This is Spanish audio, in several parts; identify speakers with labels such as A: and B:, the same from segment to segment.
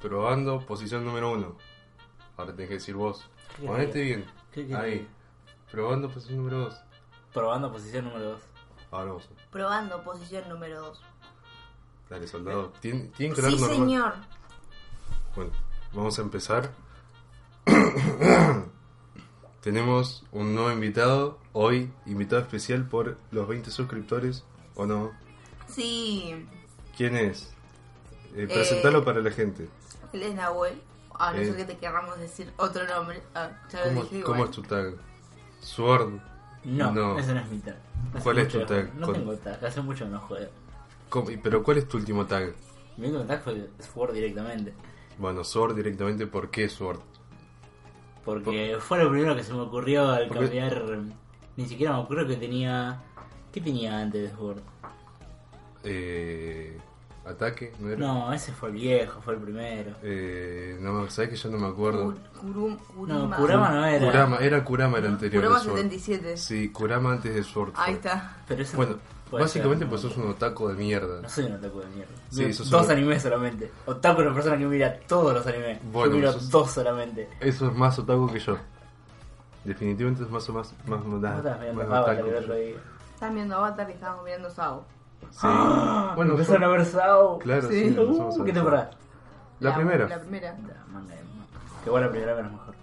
A: Probando, posición número uno. Ahora tenés que decir vos.
B: Ya,
A: Ponete
B: ya.
A: bien.
B: ¿Qué, qué?
A: Ahí. Probando, posición número dos.
B: Probando posición número 2.
A: Ahora vos.
C: Probando posición número 2.
A: Dale, soldado. Tien- Tienen que hablar
C: Sí,
A: normal.
C: señor.
A: Bueno, vamos a empezar. Tenemos un nuevo invitado. Hoy, invitado especial por los 20 suscriptores. ¿O no?
C: Sí,
A: ¿Quién es? Eh, presentalo para la gente.
C: él es Nahuel. A no
A: Eh.
C: ser que te querramos decir otro nombre. Ah, ya lo
A: ¿Cómo,
C: dije
A: cómo
C: igual.
A: es tu tag? Sword.
B: No,
A: No.
B: ese no es mi tag. Hace
A: ¿Cuál es
B: mucho
A: tu
B: que no-
A: tag?
B: No
A: Con-
B: tengo tag, hace mucho que no juego.
A: ¿Cómo- ¿Pero cuál es tu último tag?
B: Mi último tag fue Sword directamente.
A: Bueno, Sword directamente. ¿Por qué Sword?
B: Porque fue lo primero que se me ocurrió al
A: Porque-
B: cambiar. Ni siquiera me acuerdo que tenía. ¿Qué tenía antes de Sword?
A: Eh, ¿Ataque? ¿No era?
B: No, ese fue el viejo, fue el primero.
A: Eh, no, sabes que yo no me acuerdo.
C: Kur- Kurum-
B: No,
C: Kuruma.
B: Kurama no era.
A: Kurama, era Kurama el anterior. de
C: Kurama
A: Sword.
C: 77.
A: Sí, Kurama antes de Sword.
C: Ahí
A: fue.
C: está.
B: Pero ese
A: Bueno,
B: puede
A: básicamente
B: ser,
A: pues
B: no,
A: sos un otaku de mierda.
B: No soy un otaku de mierda.
A: Sí,
B: Veo
A: sos
B: dos
A: un-
B: animes solamente. Otaku es una persona que mira todos los animes.
A: Bueno,
B: Yo miro
A: sos-
B: dos solamente.
A: Eso es más otaku que yo. Definitivamente es más o más más, más,
B: No estabas mirando
A: más
B: Avatar
A: otaku
B: el
A: que
B: otro
A: yo.
B: día.
C: Están viendo Avatar y estamos mirando Sao.
A: Sí.
C: Ah,
B: Bueno,
A: bueno,
B: empezaron
A: yo-
B: a ver Sao.
A: claro, sí,
C: Sí.
A: lo empezamos a
B: Uh, ¿Qué
A: ver.
B: temporada?
A: La, primera.
C: La primera.
B: La manga de manga. Que igual la primera vez a lo mejor.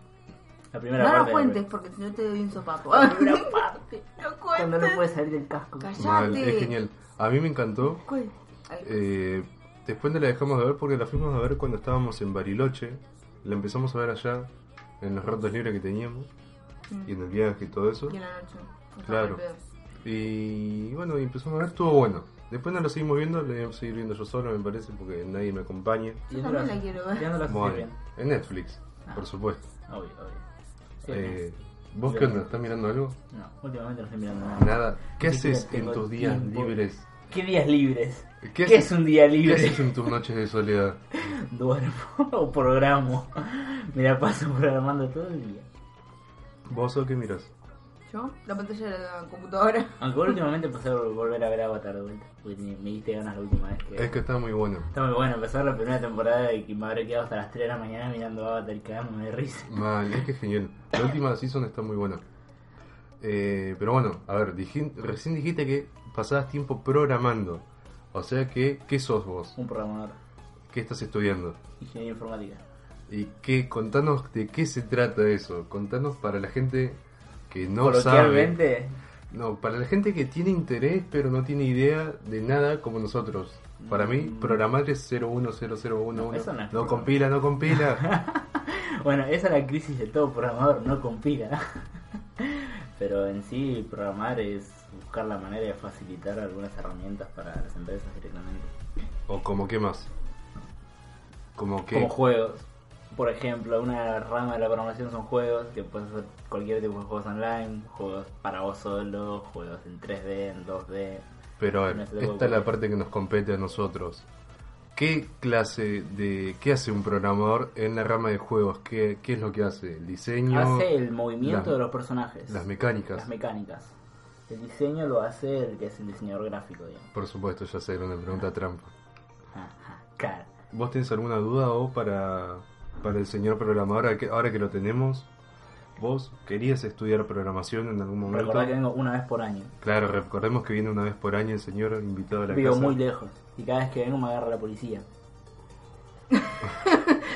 B: La primera
C: No
B: parte.
C: lo
B: de la
C: cuentes
B: primera-
C: porque si no te doy un
B: La
C: sopapo.
B: primera parte.
C: No
B: Cuando no
C: cuentes.
B: puede salir del casco.
A: Mal,
C: Callate.
A: es genial. A mí me encantó.
C: ¿Cuál? Ahí.
A: Eh, después no la dejamos de ver porque la fuimos a ver cuando estábamos en Bariloche. La empezamos a ver allá, en los ratos libres que teníamos. Y en el viaje y todo eso.
C: Mm. Y en la noche. Nos
A: Claro.
C: golpeó.
A: Y bueno, y empezamos a ver, estuvo bueno. Después no lo seguimos viendo, lo voy a seguir viendo yo solo, me parece, porque nadie me acompaña.
B: Yo
C: también la quiero ver.
B: Tirando las
A: Bueno, en Netflix, por supuesto.
B: Obvio, obvio. Ah, Sí,
A: Eh, ¿Vos qué onda? ¿Estás mirando algo?
B: No, últimamente no estoy mirando nada.
A: Nada. ¿Qué
B: Ah, Ni siquiera
A: haces en
B: tengo
A: tus días
B: tiempo.
A: libres?
B: ¿Qué días libres?
A: ¿Qué
B: ¿Qué,
A: haces-
B: es un día
A: ¿Qué
B: libre?
A: haces en tus noches de soledad?
B: Duermo o programo. Me la paso programando todo el día.
A: ¿Vos o qué miras?
C: ¿Yo? La pantalla de la computadora.
B: Aunque últimamente empecé a volver a ver Avatar de vuelta. Porque tenía- me diste ganas la última vez que.
A: Es que está muy bueno.
B: Está muy bueno empezar la primera temporada y que me habré quedado hasta las 3 de la mañana mirando Avatar y cagándome de risa.
A: Mal, es que es genial. La última season está muy buena. Eh, pero bueno, a ver, dijin- recién dijiste que pasabas tiempo programando. O sea que, ¿qué sos vos?
B: Un programador,
A: ¿Qué estás estudiando?
B: ingeniería informática.
A: ¿Y qué? Contanos de qué se trata eso. Contanos para la gente que no sabe.
B: Coloquialmente,
A: No, para la gente que tiene interés pero no tiene idea de nada como nosotros. Para mí, programar es 010011.
B: Mm. No, eso no es
A: no
B: programar.
A: compila, no compila.
B: bueno, esa es la crisis de todo programador, no compila. Pero en sí, programar es buscar la manera de facilitar algunas herramientas para las empresas directamente.
A: o como qué más. Como que...
B: Como juegos. Por ejemplo, una rama de la programación son juegos, que puedes hacer cualquier tipo de juegos online, juegos para vos solo, juegos en 3D, en 2D.
A: Pero a ver,
B: No se lo puedo
A: esta es la
B: creer.
A: parte que nos compete a nosotros. ¿Qué clase de... qué hace un programador en la rama de juegos? ¿Qué, qué es lo que hace? ¿El diseño?
B: Hace el movimiento
A: las-
B: de los personajes.
A: Las mecánicas.
B: Las mecánicas. El diseño lo hace el que es el diseñador gráfico, digamos.
A: Por supuesto, ya sé, era una pregunta trampa.
B: Ajá, claro.
A: ¿Vos tenés alguna duda o para, para el señor programador, ahora que, ahora que lo tenemos? ¿Vos querías estudiar programación en algún momento?
B: Recordá que vengo una vez por año.
A: Claro, recordemos que viene una vez por año el señor invitado a la
B: Vivo
A: casa.
B: muy lejos. Y cada vez que vengo me agarra la policía.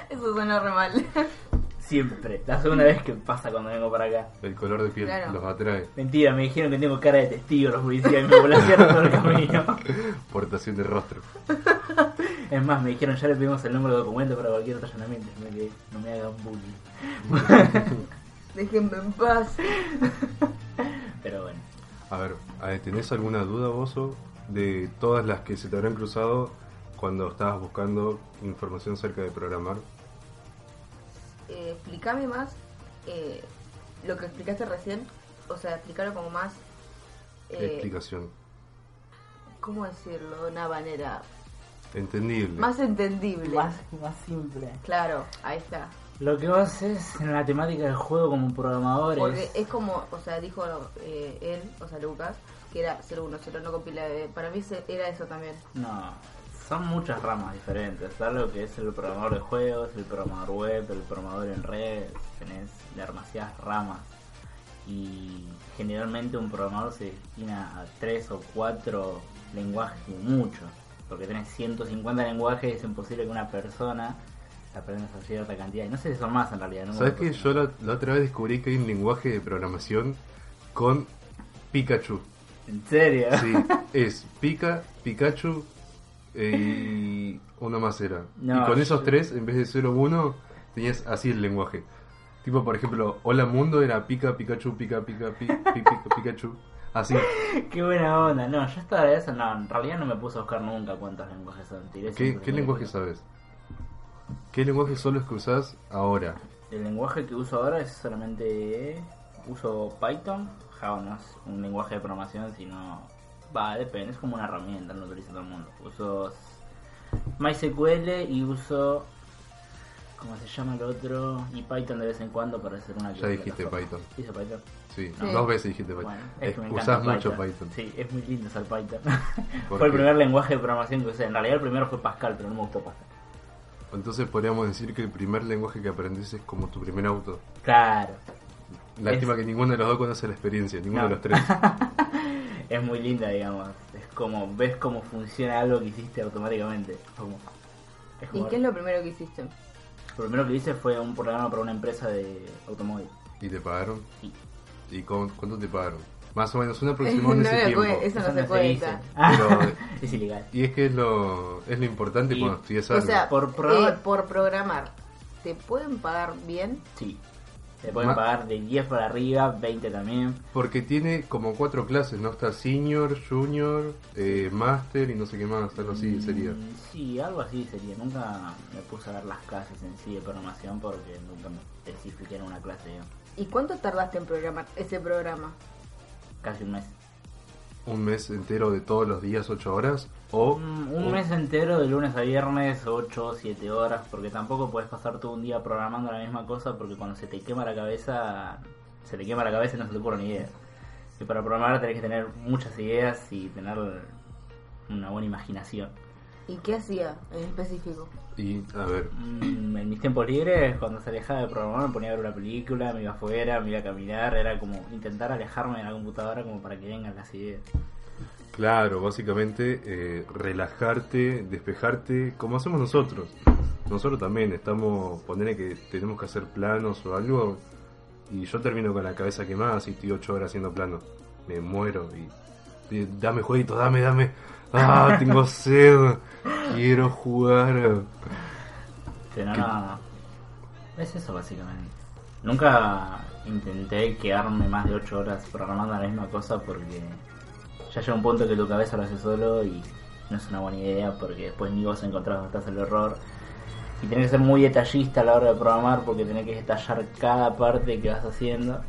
C: Eso suena re mal.
B: Siempre. La segunda vez que pasa cuando vengo para acá.
A: El color de piel
C: Claro.
A: los atrae.
B: Mentira, me dijeron que tengo cara de testigo los policías y me volaron todo el camino.
A: Portación de rostro.
B: Es más, me dijeron ya le pedimos el número de documento para cualquier allanamiento. No, que no me hagan bullying.
C: Déjenme en paz.
B: Pero bueno.
A: A ver, a ver, ¿tenés alguna duda vos o de todas las que se te habrán cruzado cuando estabas buscando información acerca de programar?
C: Eh, explícame más eh, lo que explicaste recién. O sea, explicarlo como más. Eh,
A: Explicación.
C: ¿Cómo decirlo? De una manera
A: Entendible.
C: más entendible.
B: Más, más simple.
C: Claro, ahí está.
B: Lo que vos haces en la temática del juego como programador
C: Porque
B: es...
C: es como, o sea, dijo eh, él, o sea, Lucas, que era 010, no compila. de- Para mí se- era eso también.
B: No, son muchas ramas diferentes. Está lo que es el programador de juegos, el programador web, el programador en red. Tenés demasiadas ramas. Y generalmente un programador se destina a tres o cuatro lenguajes y mucho. Porque tenés 150 lenguajes es imposible que una persona aprenda esa cierta cantidad. Y no sé si son más en realidad. no me
A: ¿Sabes
B: acuerdo.
A: que Yo la, la otra vez descubrí que hay un lenguaje de programación con Pikachu.
B: ¿En serio?
A: Sí, es Pika, Pikachu eh, y una más era.
B: No,
A: y con esos
B: yo-
A: tres, en vez de 0-1, tenías así el lenguaje. Tipo, por ejemplo, Hola Mundo era Pika, Pikachu, Pika, Pika, Pi- Pi- Pika, Pikachu. Así.
B: Qué buena onda. No, yo estaba de eso. No, en realidad no me puse a buscar nunca cuántos lenguajes son. Tiré
A: ¿Qué,
B: 150.
A: qué lenguaje sabes? ¿Qué lenguaje son los que usás ahora?
B: El lenguaje que uso ahora es solamente. Uso Python. Java no es un lenguaje de programación, sino. Va, depende, es como una herramienta, no lo utiliza todo el mundo. Uso s- MySQL y uso. ¿Cómo se llama el otro? Y Python de vez en cuando para hacer una.
A: Ya
B: que otra
A: dijiste
B: plataforma.
A: Python.
B: Dije Python.
A: Sí,
C: Sí.
A: dos veces dijiste Python.
B: Bueno, es que me
A: Eh,
B: encanta
A: usás mucho Python.
B: Sí, es muy lindo usar Python.
A: ¿Por
B: fue el
A: qué?
B: primer lenguaje de programación que usé. En realidad el primero fue Pascal, pero no me gustó Pascal.
A: Entonces podríamos decir que el primer lenguaje que aprendes es como tu primer auto.
B: Claro.
A: Lástima que ninguno de los dos conoce la experiencia, ninguno
B: No.
A: de los tres.
B: Es muy linda, digamos. Es como ves cómo funciona algo que hiciste automáticamente. Es como- es
C: ¿Y
B: como-
C: qué es lo primero que hiciste?
B: Lo primero que hice fue un programa para una empresa de automóvil.
A: ¿Y te pagaron?
B: Y
A: ¿Y con- cuánto te pagaron? Más o menos, un aproximado
C: No
A: en ese
C: lo
A: tiempo.
C: puede- eso no
B: eso
C: se cuenta.
B: dice. Ah,
A: Pero-
B: es ilegal.
A: Y es que es lo, es lo importante
B: Y-
A: cuando estudias
C: O
A: algo.
C: sea,
B: Por
C: eh,
B: programar.
C: por programar, ¿te pueden pagar bien?
B: Sí. Te pueden
A: Ma-
B: pagar de 10 para arriba, 20 también.
A: Porque tiene como cuatro clases, ¿no? Está senior, junior, eh, master y no sé qué más, algo así sería.
B: Mm, Sí, algo así sería. Nunca me puse a ver las clases en sí de programación porque nunca me especifiqué en una clase. digamos.
C: ¿Y cuánto tardaste en programar ese programa?
B: Casi un mes.
A: Un mes entero de todos los días, ocho horas. O
B: Un, un mes entero de lunes a viernes, 8 o 7 horas, porque tampoco puedes pasar todo un día programando la misma cosa, porque cuando se te quema la cabeza, se te quema la cabeza y no se te ocurren ideas. Y para programar tenés que tener muchas ideas y tener una buena imaginación.
C: ¿Y qué hacía en específico?
A: Y, a ver,
B: Mm, En mis tiempos libres, cuando se alejaba de programar, me ponía a ver una película, me iba afuera, me iba a caminar, era como intentar alejarme de la computadora como para que vengan las ideas.
A: Claro, básicamente eh, relajarte, despejarte, como hacemos nosotros. Nosotros también estamos, poner que tenemos que hacer planos o algo, y yo termino con la cabeza quemada si estoy ocho horas haciendo planos. Me muero y. y Dame jueguito, dame, dame. Ah, tengo sed. Quiero jugar.
B: Pero
A: ¿Qué?
B: no, es eso básicamente. Nunca intenté quedarme más de 8 horas programando la misma cosa porque ya llega un punto que tu cabeza lo hace solo y no es una buena idea porque después ni vos encontrás dónde estás el error. Y tenés que ser muy detallista a la hora de programar porque tenés que detallar cada parte que vas haciendo.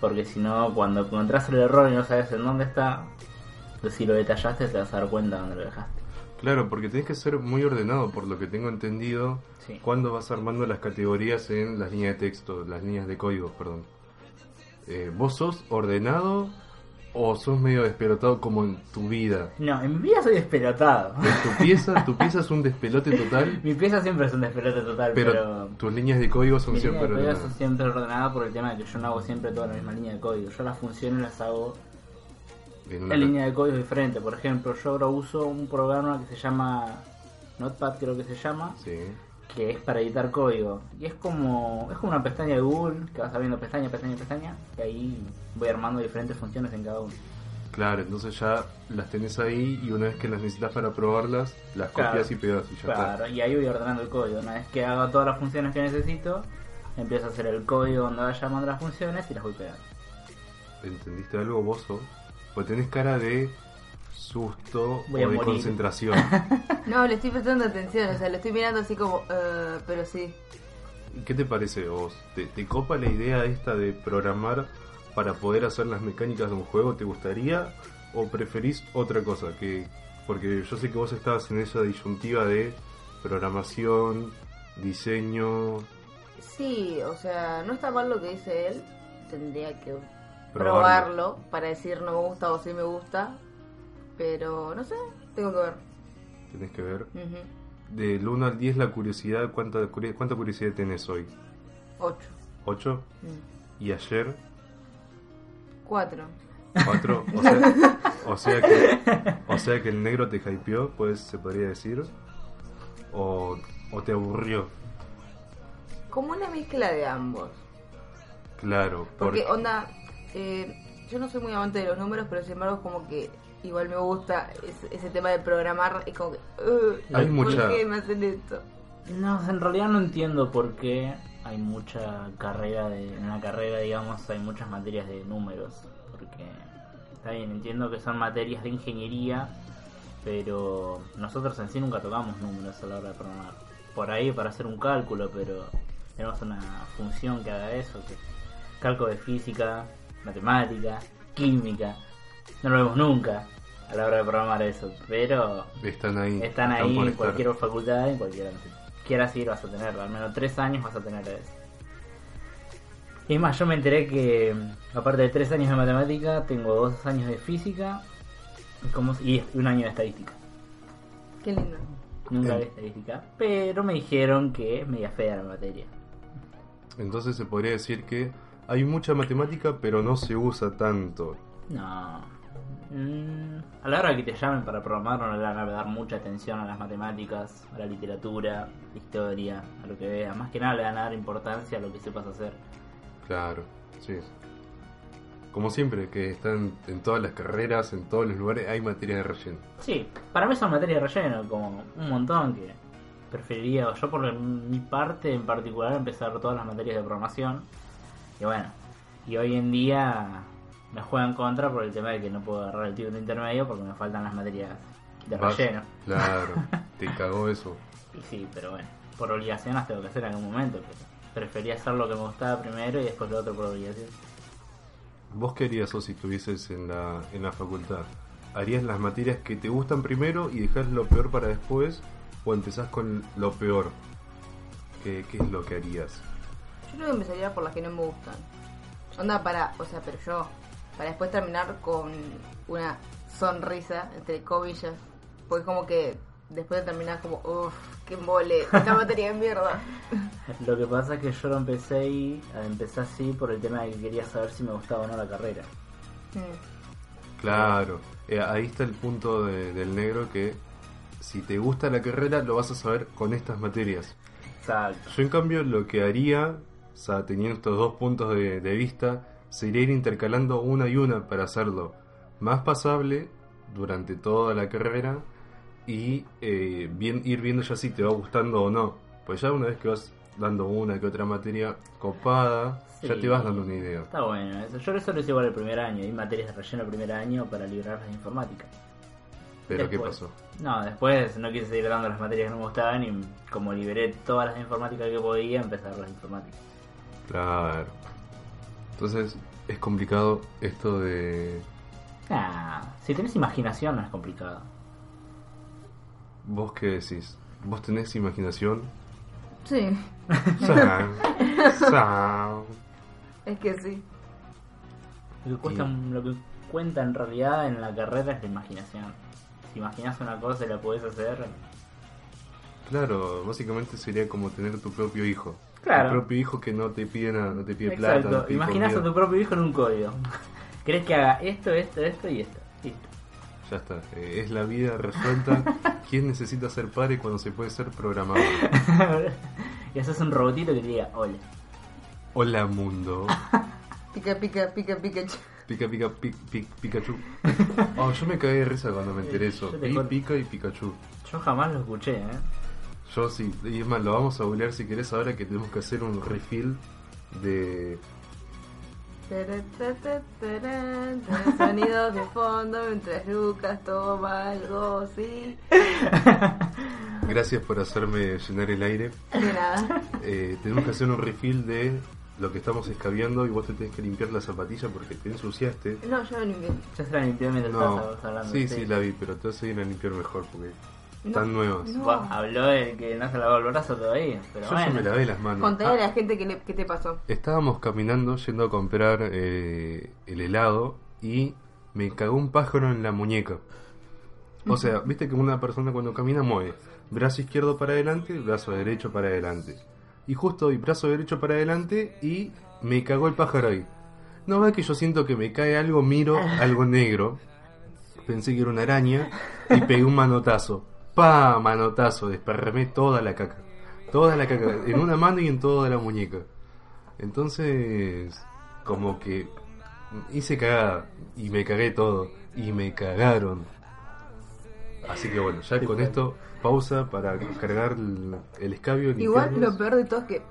B: Porque si no, cuando encontrás el error y no sabes en dónde está, pues si lo detallaste te vas a dar cuenta dónde lo dejaste.
A: Claro, porque tenés que ser muy ordenado, por lo que tengo entendido,
B: Sí.
A: cuando vas armando las categorías en las líneas de texto, las líneas de código, perdón. Eh, ¿Vos sos ordenado o sos medio despelotado como en tu vida?
B: No, en mi vida soy despelotado.
A: Tu pieza, tu pieza es un despelote total,
B: Mi pieza siempre es un despelote total,
A: pero,
B: pero.
A: tus líneas de código son
B: mis líneas
A: siempre
B: de código
A: ordenadas.
B: son siempre ordenadas por el tema de que yo no hago siempre toda la misma línea de código. Yo las funciones las hago
A: En
B: en
A: una-
B: línea de código diferente. Por ejemplo, yo ahora uso un programa que se llama Notepad, creo que se llama,
A: Sí.
B: que es para editar código. Y es como es como una pestaña de Google, que vas abriendo pestaña, pestaña, pestaña, y ahí voy armando diferentes funciones en cada uno.
A: Claro, entonces ya las tenés ahí y una vez que las necesitas para probarlas, las
B: Claro.
A: copias y pegas y ya está.
B: Claro, y ahí voy ordenando el código. Una vez que hago todas las funciones que necesito, empiezo a hacer el código donde vaya llamando las funciones y las voy pegando.
A: ¿Entendiste algo vos o? Porque tenés cara Pues de susto
B: Voy a
A: o de
B: morir.
A: concentración.
C: No, le estoy prestando atención, o sea, lo estoy mirando así como, eh, pero sí.
A: ¿Qué te parece vos? ¿Te, te copa la idea esta de programar para poder hacer las mecánicas de un juego? ¿Te gustaría o preferís otra cosa? Que porque yo sé que vos estabas en esa disyuntiva de programación, diseño,
C: Sí, o sea, no está mal lo que dice él. Tendría que probarlo,
A: probarlo.
C: para decir no me gusta o sí me gusta. Pero no sé, tengo que ver.
A: Tenés que ver.
C: Ujú.
A: Del 1 al 10 la curiosidad, ¿cuánta, curi- cuánta curiosidad tenés hoy?
C: Ocho.
A: ¿8?
C: Mm.
A: ¿Y ayer?
C: Cuatro.
A: ¿4? O sea, o sea que, o sea que el negro te hypeó, pues se podría decir. O, o te aburrió.
C: Como una mezcla de ambos.
A: Claro,
C: Porque,
A: porque-
C: onda, eh, yo no soy muy amante de los números, pero sin embargo, como que igual me gusta ese, ese tema de programar. Es como que, "Ugh,
A: Hay
C: ¿por
A: mucha-
C: qué me hacen esto?
B: No, en realidad no entiendo por qué hay mucha carrera de, en la carrera, digamos, hay muchas materias de números, porque está bien, entiendo que son materias de ingeniería, pero nosotros en sí nunca tocamos números a la hora de programar. Por ahí para hacer un cálculo, pero tenemos una función que haga eso, que cálculo de física, matemática, química, no lo vemos nunca a la hora de programar eso, pero
A: están ahí.
B: están ahí
A: por
B: en
A: estar.
B: cualquier facultad, en cualquier quieras ir vas a tener, al menos tres años vas a tener eso. Y es más, yo me enteré que aparte de tres años de matemática, tengo dos años de física y como- y un año de estadística.
C: Qué lindo.
B: Nunca
A: Bien.
B: vi estadística, pero me dijeron que es media fea la materia.
A: Entonces se podría decir que hay mucha matemática, pero no se usa tanto.
B: No. Mm, a la hora que te llamen para programar no le van a dar mucha atención a las matemáticas, a la literatura, a la historia, a lo que veas. Más que nada le van a dar importancia a lo que sepas hacer.
A: Claro, sí. Como siempre, que están en todas las carreras, en todos los lugares, hay materia de relleno.
B: Sí, para mí son materia de relleno, como un montón que preferiría, o yo por mi parte en particular, empezar todas las materias de programación. Y bueno, y hoy en día me juegan contra por el tema de que no puedo agarrar el título intermedio porque me faltan las materias de
A: Vas-
B: relleno.
A: Claro, te cagó eso.
B: Y sí, pero bueno, por obligación las tengo que hacer en algún momento, pero prefería hacer lo que me gustaba primero y después lo otro por obligación.
A: ¿Vos qué harías o si estuvieses en la, en la facultad? ¿Harías las materias que te gustan primero y dejas lo peor para después? ¿O empezás con lo peor? ¿Qué, qué es lo que harías?
C: Yo creo que empezaría por las que no me gustan. Onda para, o sea, pero yo, para después terminar con una sonrisa entre cobillas. Porque es como que después de terminar como, uff, qué embole, esta materia de mierda.
B: Lo que pasa es que yo lo empecé y eh, empecé así por el tema de que quería saber si me gustaba o no la carrera.
C: Mm,
A: Claro, eh, ahí está el punto de- del negro que si te gusta la carrera lo vas a saber con estas materias.
B: Exacto.
A: Yo en cambio lo que haría, o sea, teniendo estos dos puntos de, de vista, sería ir intercalando una y una para hacerlo más pasable durante toda la carrera y eh, bien, ir viendo ya si te va gustando o no. Pues ya una vez que vas dando una que otra materia copada, ya
B: Sí.
A: te vas dando una idea.
B: Está bueno eso. Yo eso lo hice igual el primer año. Di materias de relleno el primer año para librarlas de informática.
A: Pero ¿qué
B: Después-
A: pasó?
B: No, después no quise seguir dando las materias que no me gustaban y como liberé todas las de informática que podía, empecé a dar las de informática.
A: Claro. Entonces es complicado esto de...
B: Nah, Ah, si tenés imaginación no es complicado.
A: ¿Vos qué decís? ¿Vos tenés imaginación?
C: Sí,
A: Sam. Sam.
C: es que sí.
B: Lo que, cuesta, lo que cuenta en realidad en la carrera es la imaginación. Si imaginas una cosa y la podés hacer,
A: Claro, básicamente sería como tener tu propio hijo.
B: Claro.
A: Tu propio hijo que no te pide nada, no te pide plata. No
B: Exacto,
A: te pide
B: imaginas a
A: comida.
B: tu propio hijo en un código. ¿Crees que haga esto, esto, esto y esto? Listo.
A: Ya está, eh, es la vida resuelta. ¿Quién necesita ser padre cuando se puede ser programador?
B: y haces un robotito que te diga, hola.
A: Hola mundo.
C: Pica, pica, pica, pica. ch-
A: Pica, pica, pic, pic, Pikachu. Oh, yo me caí de risa cuando me enteré eso.
B: Eh, Yo te
A: Pi,
B: juro.
A: pica y Pikachu.
B: Yo jamás lo escuché, ¿eh?
A: Yo sí, y es más, lo vamos a googlear si querés ahora que tenemos que hacer un refill de
C: Taratatatara, Sonidos de fondo mientras Lucas toma algo, sí.
A: Gracias por hacerme llenar el aire.
C: De nada.
A: Eh, tenemos que hacer un refill de lo que estamos escabeando y vos te tenés que limpiar la zapatilla porque te ensuciaste.
C: No, yo ni bien.
B: Ya se la limpié mientras
A: No,
B: estabas hablando.
A: sí, sí, la vi, pero te vas a ir a limpiar mejor porque están
C: No,
A: nuevas.
C: no.
B: Buah, habló el que no se lavó el brazo todavía, pero
A: Yo ya
B: bueno.
A: me lavé las manos.
C: Contale
A: Ah,
C: a la gente que, le- que te pasó.
A: Estábamos caminando yendo a comprar eh, el helado y me cagó un pájaro en la muñeca. O sea, viste que una persona cuando camina mueve brazo izquierdo para adelante, brazo derecho para adelante. Y justo hoy brazo derecho para adelante y me cagó el pájaro ahí. No va que yo siento que me cae algo, miro algo negro. Pensé que era una araña y pegué un manotazo. Pa, manotazo, desparramé toda la caca. Toda la caca, en una mano y en toda la muñeca. Entonces, como que hice cagada y me cagué todo y me cagaron. Así que bueno, ya con esto pausa para cargar el, el escabio.
C: Igual
A: limpiarnos.
C: lo peor de todo es que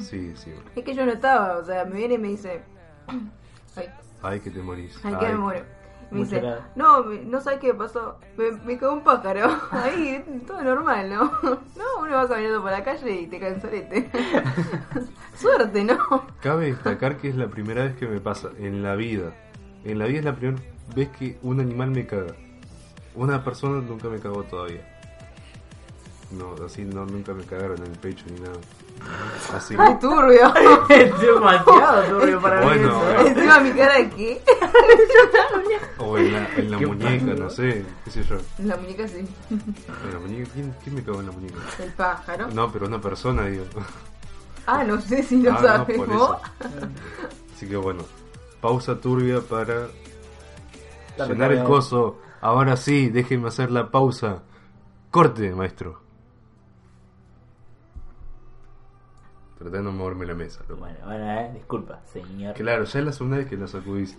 A: Sí, sí.
C: es que yo no estaba, o sea, me viene y me dice, ay,
A: Ay, que te morís.
C: ay, que me muero. Me
B: Mucho
C: dice,
B: la-
C: no, me- no sabes qué pasó, me, me cagó un pájaro. Ahí, todo normal, ¿no? No, uno va caminando por la calle y te cae un solete. Suerte, ¿no?
A: Cabe destacar que es la primera vez que me pasa en la vida. En la vida es la primera vez que un animal me caga. Una persona nunca me cagó todavía. No, así no, nunca me cagaron en el pecho ni nada. Así que-
C: Muy turbio.
B: Es demasiado turbio para mí
A: Bueno,
B: eso. ¿eh?
A: bueno.
C: Encima mi cara aquí.
A: O en la, en la
B: Qué
A: muñeca,
B: pájaro.
A: no sé, qué sé yo.
C: La muñeca sí.
A: En la muñeca, ¿quién, quién me cagó en la muñeca?
C: El pájaro.
A: No, pero una persona, digo.
C: Ah, no sé si lo
A: Ah, no,
C: sabes
A: por
C: vos.
A: eso. Así que bueno, pausa turbia para
B: La
A: llenar el
B: recarga.
A: coso. Ahora sí, déjenme hacer la pausa. Corte, maestro. Tratando de moverme la mesa. loco.
B: Bueno, bueno, eh, disculpa, señor.
A: Claro, ya es la segunda vez que la sacudís.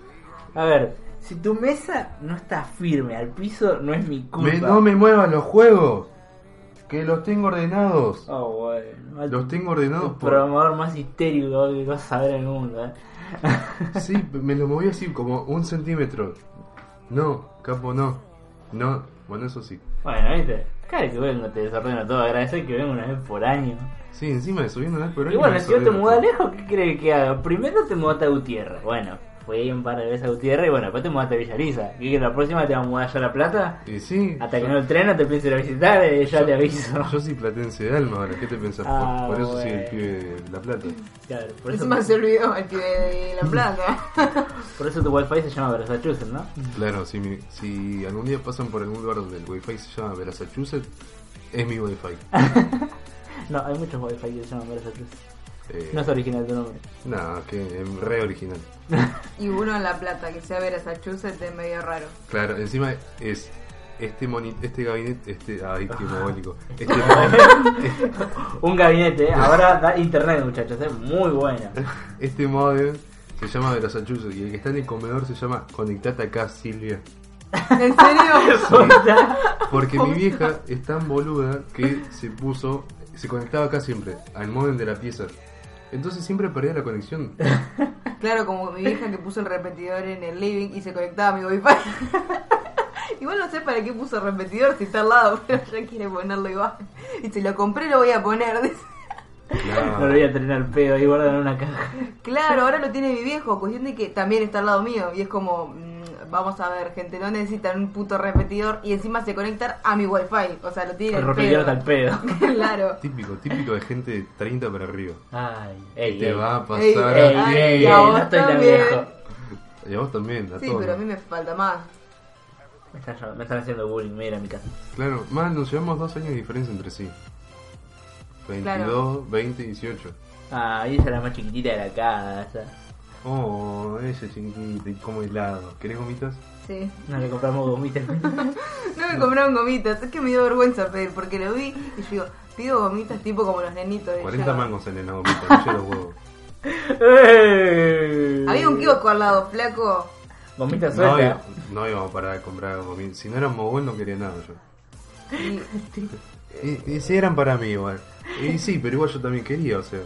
B: A ver, si tu mesa no está firme al piso, no es mi culpa.
A: Me- no me muevan los juegos. Que los tengo ordenados.
B: Oh, bueno.
A: Los tengo ordenados
B: El
A: por...
B: programador más histérico que vas a ver en el mundo, eh.
A: Sí, me lo moví así como un centímetro. No, capo, no. No, bueno, eso sí.
B: Bueno, viste, cada vez que vengo te desordeno todo, agradecer que vengo una vez por año.
A: Sí, encima de subiendo las pero
B: Y bueno, si yo te mudé a lejos, ¿qué crees que haga? Primero te mudaste a Gutiérrez. Bueno, fui un par de veces a Gutiérrez y bueno, después te mudaste a Villariza. ¿Y que la próxima te va a mudar yo a La Plata?
A: Y sí.
B: Hasta que
A: yo-
B: no el tren no te pienses ir a visitar, eh, ya te aviso.
A: Yo soy platense de alma ahora, ¿qué te pensás? Por-
B: Ah,
A: por, eso soy
B: bueno.
A: el pibe de La Plata.
B: Claro, por eso,
C: Encima se olvidó el pibe de la plata.
B: por eso tu wifi se llama Massachusetts, ¿no?
A: Claro, si, mi- si algún día pasan por algún lugar donde el wifi se llama Massachusetts, es mi wifi.
B: No, hay muchos wifi que se llaman Massachusetts.
A: Eh,
B: No es original tu nombre.
A: Nada, que es re original.
C: Y uno en la plata, que sea Massachusetts es medio raro.
A: Claro, encima es este moni este gabinete, este, ay,
B: Ah.
A: qué mogólico. Este mod, este-
B: Un gabinete, ¿eh? ahora da internet, muchachos, es muy bueno.
A: Este modem se llama Massachusetts y el que está en el comedor se llama Conectate acá, Silvia.
C: ¿En serio?
A: Porque mi vieja es tan boluda que se puso, se conectaba acá siempre, al modem de la pieza. Entonces siempre perdía la conexión.
C: claro, como mi vieja que puso el repetidor en el living y se conectaba a mi wifi. Igual no sé para qué puso repetidor si está al lado, pero ya quiere ponerlo igual. Y si lo compré lo voy a poner. dice.
A: Claro.
B: No lo voy a tener al pedo ahí guardado en una caja.
C: Claro, ahora lo tiene mi viejo, cuestión de que también está al lado mío. Y es como, mm, vamos a ver, gente, no necesitan un puto repetidor y encima se conectan a mi wifi. O sea, lo tiene
B: El
C: el
B: rompedor
C: pedo.
B: al pedo.
C: Claro.
A: Típico, típico de gente de 30 para arriba.
B: Ay, ey,
A: Te
B: ey.
A: va a
C: Ey,
A: pasar
B: Ey,
A: a
C: Ay,
A: ti.
B: ey,
C: Eh, y a
B: ey, no
C: vos
B: estoy tan
C: también.
B: viejo.
A: Y a vos también, a
C: Sí,
A: todos.
C: pero a mí me falta más.
B: Me están, llam- me están haciendo bullying, me voy a ir a mi casa.
A: Claro, más nos llevamos dos años de diferencia entre sí. 22,
C: Claro.
A: 20, 18.
B: Ah, ella es la más chiquitita de la casa.
A: Oh, ese chiquitito, y como helado. ¿Querés gomitas?
C: Sí.
B: No le compramos gomitas.
C: No me compraron gomitas, es que me dio vergüenza pedir porque lo vi y yo digo, pido gomitas tipo como los nenitos. y
A: 40
C: yo-
A: mangos salen la gomita, no llevo los huevos.
B: Eh.
C: Había un kiosco al lado, flaco.
B: Gomitas
A: No,
B: sueltas.
A: iba- no íbamos a parar de comprar gomitas. Si no eran mogol, no quería nada yo.
C: Y,
A: Y, y si eran para mí igual. Y sí, pero igual yo también quería, o sea.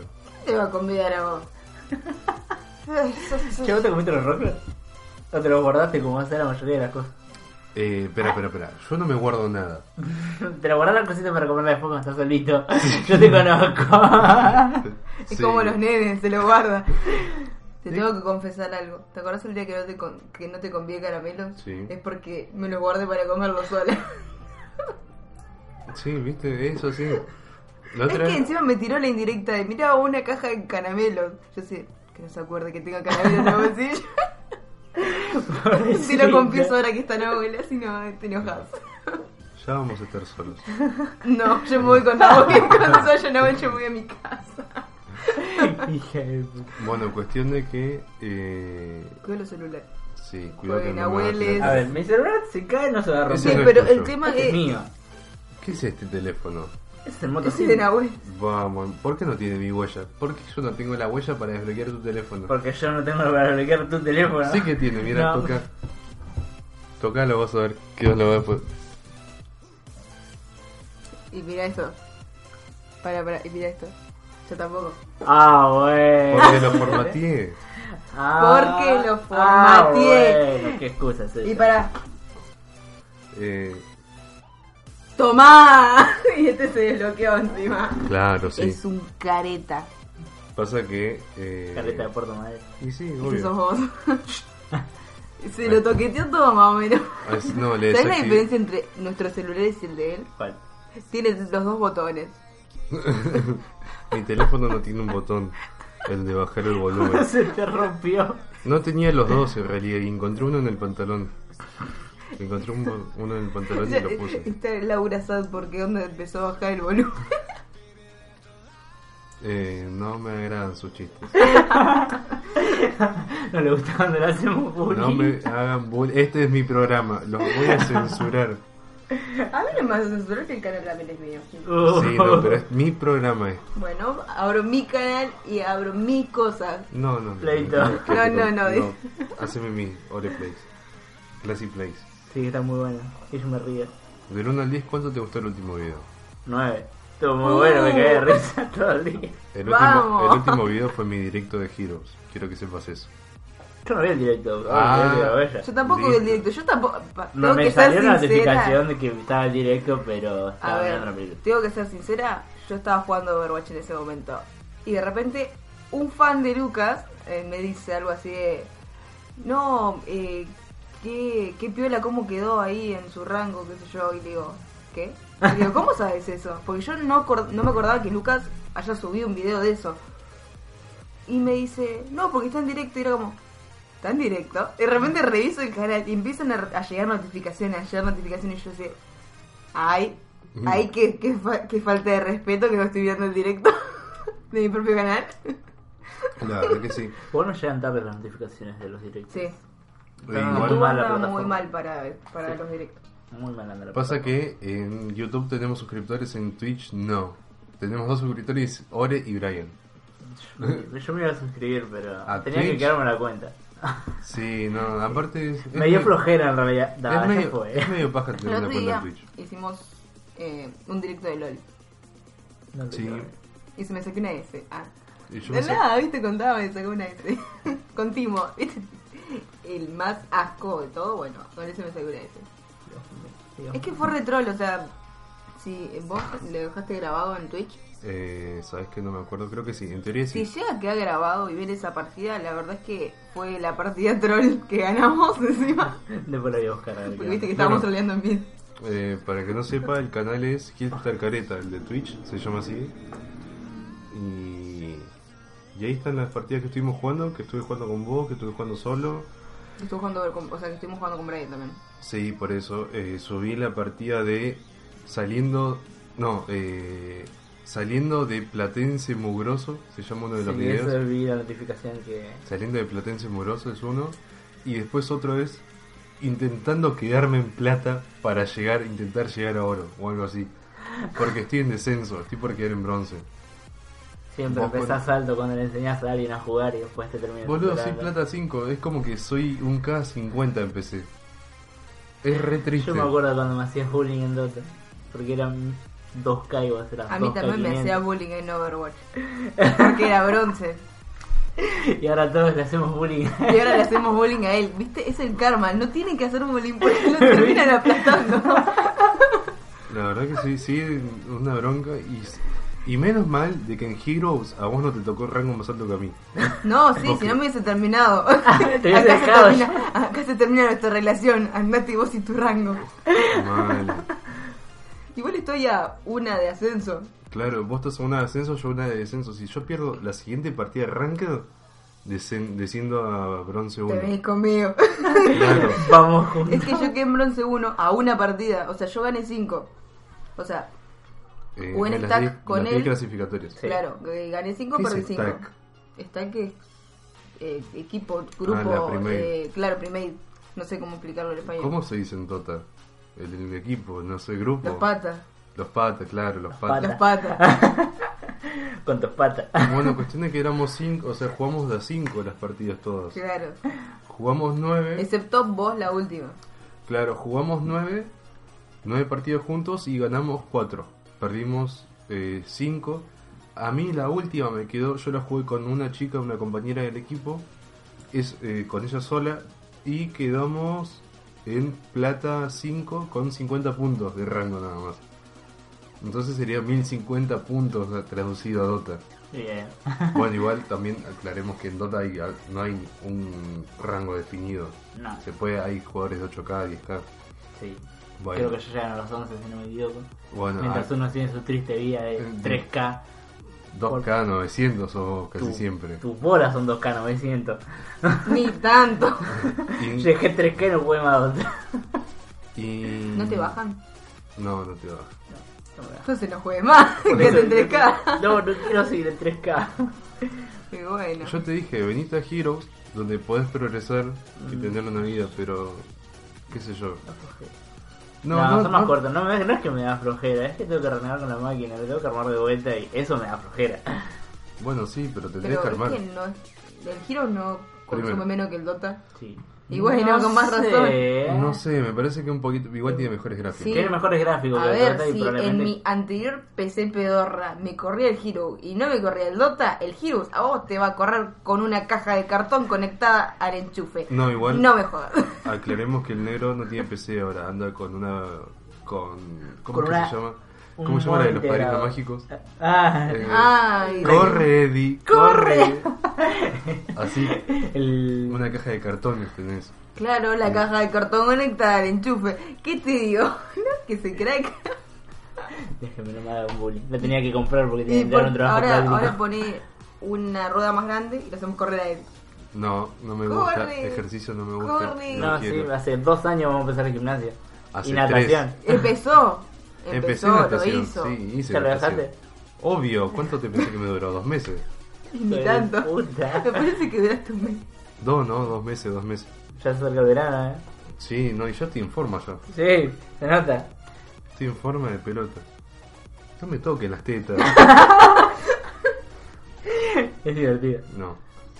C: ¿Quién te va a convidar a vos?
B: Che, ¿vos te comiste los rocklets? ¿No te los guardaste como hace la mayoría de las cosas?
A: Eh, espera, espera, espera. Yo no me guardo nada.
B: Te lo guardás las cositas para comerla después cuando estás solito. Yo te conozco.
C: Es
A: Sí.
C: como los nenes, se lo guarda. Te
A: Sí.
C: tengo que confesar algo. ¿Te acordás el día que no te, con- que no te convié caramelos?
A: Sí.
C: Es porque me los guardé para comerlos sola.
A: Sí, viste, eso sí. La
C: Es
A: otra
C: que encima me tiró la indirecta de miraba una caja de caramelos. Yo sé, que no se acuerde que tenga caramelos en la bolsillo. Si lo confieso ahora que está la abuela, si no te enojas.
A: Ya vamos a estar solos.
C: No, yo me voy con la abuela, cuando se vaya la abuela, yo me voy a mi casa.
B: Hija de puta.
A: Bueno, cuestión de que. Eh,
C: Cuido los celulares.
A: sí, cuidado que no
C: Jueguen,
A: me va a
C: abueles.
A: tirar-
B: A ver, mi celular se cae, no se va a
A: Ese
C: Sí,
B: romper.
A: no es
C: pero el
A: tuyo.
C: tema
B: Este es
C: es...
B: mío.
A: ¿Qué es este teléfono?
B: Ese es el
C: Ese de
B: motociclo.
C: Nahuel.
A: Vamos, ¿por qué no tiene mi huella? ¿Por qué yo no tengo la huella para desbloquear tu teléfono?
B: Porque yo no tengo para bloquear tu teléfono.
A: Sí que tiene, mira,
B: No.
A: toca. Tocalo, vas a ver que vos lo vas a poder.
B: Eh.
C: Y mira esto. Para, para, y mira esto. Yo tampoco.
B: Ah, bueno.
A: Porque lo formateé.
B: Ah,
C: Porque lo
B: ah,
C: formateé.
B: bueno, qué excusa es
C: Y
B: esa.
C: para,
A: Eh,
C: ¡tomá! Y este se desbloqueó encima.
A: claro, sí.
C: Es un careta.
A: Pasa que. Eh...
B: Carreta de Puerto Madero.
A: Y sí,
C: Ese sos
A: obvio.
C: vos. se lo toqueteó todo más o menos.
A: Ah, es- No, le
C: ¿Sabes la
A: desactivé.
C: diferencia entre nuestros celulares y el de él?
B: ¿Cuál?
C: Tiene los dos botones.
A: Mi teléfono no tiene un botón, el de bajar el volumen.
B: Se te rompió.
A: No tenía los dos en realidad y encontré uno en el pantalón. Encontré un bo- uno en el pantalón y lo puse.
C: Está Laura Sad porque donde empezó a bajar el volumen.
A: Eh, no me agradan sus chistes.
B: No le gusta cuando le hacemos bullying.
A: No me hagan bullying. Este es mi programa, los voy a censurar.
C: A mí no me hace censurar que el canal también es mío.
B: Uh.
A: Sí, no, pero es mi programa. es-
C: Bueno, abro mi canal y abro mis cosas.
A: No, no. No,
B: Pleito.
C: No, no, no, dice.
A: Haceme mi Ole Plays. Classy Plays.
B: Sí, está muy bueno. Y yo me río.
A: Del 1 al 10, ¿cuánto te gustó el último video?
B: 9. Estuvo
C: Uh.
B: muy bueno, me caí de risa todo el día.
A: El último,
C: Vamos.
A: el último video fue mi directo de Heroes. Quiero que sepas eso.
B: Yo no vi el directo.
A: Ah.
B: Ah, la bella.
C: Yo tampoco vi el
A: Listo.
C: directo, yo tampoco... pa-
B: No
C: tengo
B: me
C: que ser
B: salió la
C: sincera.
B: notificación de que estaba el directo, pero
C: A
B: estaba viendo la
C: ver,
B: película.
C: tengo que ser sincera, yo estaba jugando Overwatch en ese momento. Y de repente, un fan de Lucas eh, me dice algo así de... No, eh, qué, qué piola, cómo quedó ahí en su rango, qué sé yo. Y digo, ¿qué? Y digo, ¿cómo sabes eso? Porque yo no, acor- no me acordaba que Lucas haya subido un video de eso. Y me dice, no, porque está en directo. Y era como, ¿está en directo? Y de repente reviso el canal y empiezan a, a llegar notificaciones, a llegar notificaciones. Y yo decía, ay, ay, qué, qué, fa- qué falta de respeto que no estoy viendo el directo de mi propio canal.
A: La verdad que sí.
B: Vos no llegan tarde las notificaciones de los directos.
C: Sí,
B: No,
A: Igual
B: tú-
C: YouTube
B: mala
C: anda muy
B: plataforma.
C: mal para, para
B: Sí.
C: los directos.
B: Muy mal anda la
A: pasa
B: plataforma.
A: que en YouTube tenemos suscriptores, en Twitch no. Tenemos dos suscriptores, Ore y Brian.
B: Yo- Yo me iba a suscribir, pero
A: ¿A
B: tenía que
A: Twitch?
B: quedarme la cuenta.
A: Sí, no, aparte es, es
B: Me dio
A: medio-
B: flojera en realidad.
A: Es,
B: Da, ya
A: medio,
B: fue.
A: es medio paja
C: El
A: tener una
C: otro
A: cuenta en
C: día
A: Twitch.
C: hicimos eh, un directo de LOL
B: No te
A: Sí.
B: creo.
C: y se me sacó una S. Ah.
A: Y yo
C: De
A: me sa-
C: nada, viste, contaba, me sacó una S. Continuo, viste. El más asco de todo, bueno, con eso me sacó una S.
B: Dios mío, Dios
C: Es que
B: mío.
C: fue re troll, o sea, si vos lo dejaste grabado en Twitch,
A: eh, Sabes que no me acuerdo, creo que sí. En teoría sí.
C: si llega a quedar grabado y ver esa partida, la verdad es que fue la partida troll que ganamos encima.
B: Después lo voy a buscar. a ver
C: Porque
B: qué
C: viste que
A: Bueno.
C: estábamos troleando en bien.
A: Eh, para que no sepa, el canal es Hipster Careta, el de Twitch, se llama así. Y, y ahí están las partidas que estuvimos jugando, que estuve jugando con vos, que estuve jugando solo.
C: Estuve jugando con- o sea, que estuvimos jugando con Brian también.
A: Sí, por eso eh, subí la partida de saliendo, no, eh, saliendo de Platense Mugroso, se llama uno de
B: onda.
A: los
B: Sí,
A: videos.
B: eso vi la notificación que...
A: Saliendo de Platense Mugroso es uno. Y después otro es intentando quedarme en plata para llegar, intentar llegar a oro o algo así. Porque estoy en descenso, estoy por quedar en bronce.
B: Siempre
A: Vos
B: empezás alto cuando le enseñás a alguien a jugar y después te terminas.
A: Boludo, soy
B: superando.
A: plata 5, es como que soy un K50 en PC. Es re triste.
B: Yo me acuerdo cuando me hacías bullying en Dota. Porque eran 2K y vos eras
C: A mí
B: 2K
C: también me
B: 500.
C: hacía bullying en Overwatch. Porque era bronce.
B: Y ahora todos le hacemos bullying.
C: Y ahora le hacemos bullying a él. ¿Viste? Es el karma. No tienen que hacer bullying porque lo terminan aplastando.
A: La verdad que sí, sí, una bronca. Y, y menos mal de que en Heroes a vos no te tocó el rango más alto que a mí.
C: No, sí, si no me hubiese terminado.
B: Te hubiese
C: acá, se
B: dejado
C: termina, acá se termina nuestra relación. Andate vos y tu rango.
A: Mal.
C: Igual estoy a una de ascenso.
A: Claro, vos estás a una de ascenso, yo a una de descenso. Si yo pierdo la siguiente partida de ranked, descen- desciendo a bronce 1.
C: Te venís conmigo.
A: Claro.
B: Vamos juntos.
C: Es que yo quedé en bronce 1 a una partida. O sea, yo gané 5. O sea,
A: Eh,
C: Buen
A: en las
C: stack
A: diez-
C: con
A: las diez
C: él.
A: clasificatorias.
B: Sí.
C: claro, eh, gané 5,
A: ¿Qué es
C: perdí 5.
A: stack? Ah,
C: Stack es eh, equipo, grupo,
A: la primate.
C: eh, claro, primate. No sé cómo explicarlo en español.
A: ¿Cómo se dice en Tota? El, el equipo, no sé, grupo.
C: Las patas.
A: Los patas, claro, los
B: patas.
A: patas.
C: Las patas.
B: Con tus patas.
A: Bueno, cuestión de que éramos 5, o sea, jugamos de a 5 las partidas todas.
C: claro.
A: Eh. Jugamos 9,
C: Excepto vos, la última.
A: claro, jugamos 9, 9 partidos juntos y ganamos 4. Perdimos 5. a mí la última me quedó, yo la jugué con una chica, una compañera del equipo, es eh, con ella sola y quedamos en plata 5 con 50 puntos de rango nada más. Entonces sería 1050 puntos traducido a Dota.
B: Bien.
A: Bueno, igual también aclaremos que en Dota hay- no hay un rango definido.
B: No,
A: Se puede, hay jugadores de 8K, 10K.
B: sí.
A: Bueno,
B: Creo que ya llegan a los 11, si no me equivoco.
A: bueno
B: Mientras
A: ah,
B: uno tiene su triste vida de
A: Mm.
B: 3K.
A: 2K, 900 o casi
B: tu-
A: siempre.
B: Tus bolas son 2K, no me siento.
C: Ni tanto.
A: Y-
B: Llegué 3K, no pude más.
A: y-
C: ¿No te bajan?
A: No, no te bajan.
C: Entonces no juegues más. que
A: eso-
C: te entregas.
B: No, no quiero seguir en 3K.
C: Y bueno.
A: Yo te dije, venite a Heroes, donde podés progresar y
B: Mm.
A: tener una vida, pero... qué sé yo.
B: No, no, son más cortos. No, me- no es que me da flojera, es que tengo que renegar con la máquina, lo tengo que armar de vuelta y eso me da flojera.
A: Bueno, sí, pero te tenés
C: Pero
A: que
C: es
A: armar.
C: que no es- el giro no consume
A: Primero.
C: menos que el Dota.
B: Sí.
C: Y bueno, con más
B: sé.
A: No sé, me parece que un poquito... Igual tiene mejores gráficos.
C: Sí.
B: Tiene mejores gráficos
C: A
B: que el
C: ver,
B: Dota y
C: si en
B: probablemente-
C: mi anterior PC pedorra me corría el Hero y no me corría el Dota, el Heroes a vos te va a correr con una caja de cartón conectada al enchufe.
A: No, igual...
C: No me jodas.
A: Aclaremos que el negro no tiene PC ahora, anda con una. con. ¿Cómo
B: Con
A: es que
B: una-
A: se llama?
B: un
A: ¿Cómo se llama la de los
B: modo
A: padrinos
B: integrado.
A: mágicos?
B: Ah,
A: Eh,
C: Ay,
A: ¡Corre, Eddie! ¡Corre! Así,
B: el...
A: una caja de cartones tenés.
C: claro, la caja de cartón conectada al enchufe. ¿Qué te digo? ¿No? Que se crack.
B: Déjeme, no me haga un bullying. La tenía que comprar porque tenía
C: Y
B: que entrar a un
C: por-
B: trabajo
C: ahora,
B: práctico.
C: ahora pone una rueda más grande y lo hacemos correr a él.
A: No, no me gusta.
C: Corre.
A: Ejercicio no me gusta.
C: Corre.
A: No,
B: No,
A: quiero.
B: sí, hace dos años vamos a empezar el gimnasio.
A: Hace
B: y natación.
C: Empezó.
A: Empecé
C: Empezó, lo
A: natación,
C: hizo.
A: sí, hice
B: ¿Ya lo
A: natación.
B: dejaste?
A: Obvio, ¿cuánto te pensé que me duró? ¿Dos meses?
C: Ni
B: Pero
C: tanto.
B: puta.
C: Me parece que duraste un mes.
A: Dos, no, dos meses, dos meses.
B: Ya se acerca el verano, ¿eh?
A: Sí, no, y yo te informo ya.
B: Sí, se nota.
A: Estoy en forma de pelota. No me toquen las tetas.
B: Es divertido.
A: No,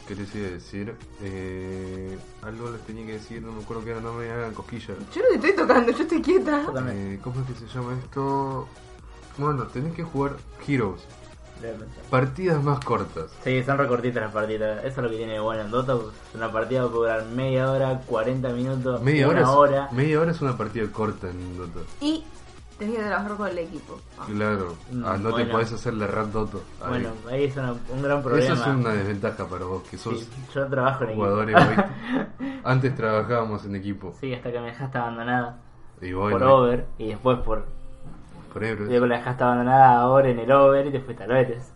A: ¿qué les iba a decir? Eh, algo les tenía que decir, no me acuerdo que era, no me hagan cosquillas.
C: Yo no te estoy tocando, yo estoy quieta.
B: Yo también.
A: Eh, ¿Cómo es que se llama esto? Bueno, tenés que jugar Heroes,
B: realmente.
A: partidas más cortas.
B: Sí, son recortitas las partidas. Eso es lo que tiene de bueno en Dota. porque Una partida puede durar media hora, 40 minutos,
A: Media hora,
B: una
A: es,
B: hora.
A: media hora es una partida corta en Dota.
C: Y tenés que trabajar con el equipo. Ah.
A: Claro,
B: Mm,
A: ah, no te
B: bueno.
A: podés hacer la rat Doto. Ahí.
B: Bueno, ahí es una- un gran
A: Eso
B: problema.
A: es una desventaja para vos, que sos
B: Sí, yo trabajo en equipo.
A: jugadores. güey. Antes trabajábamos en equipo.
B: Sí, hasta que me dejaste abandonada
A: Y
B: por
A: bueno,
B: over y después por.
A: por Ebro.
B: Luego la dejaste abandonada ahora en el over y te fuiste al Betis.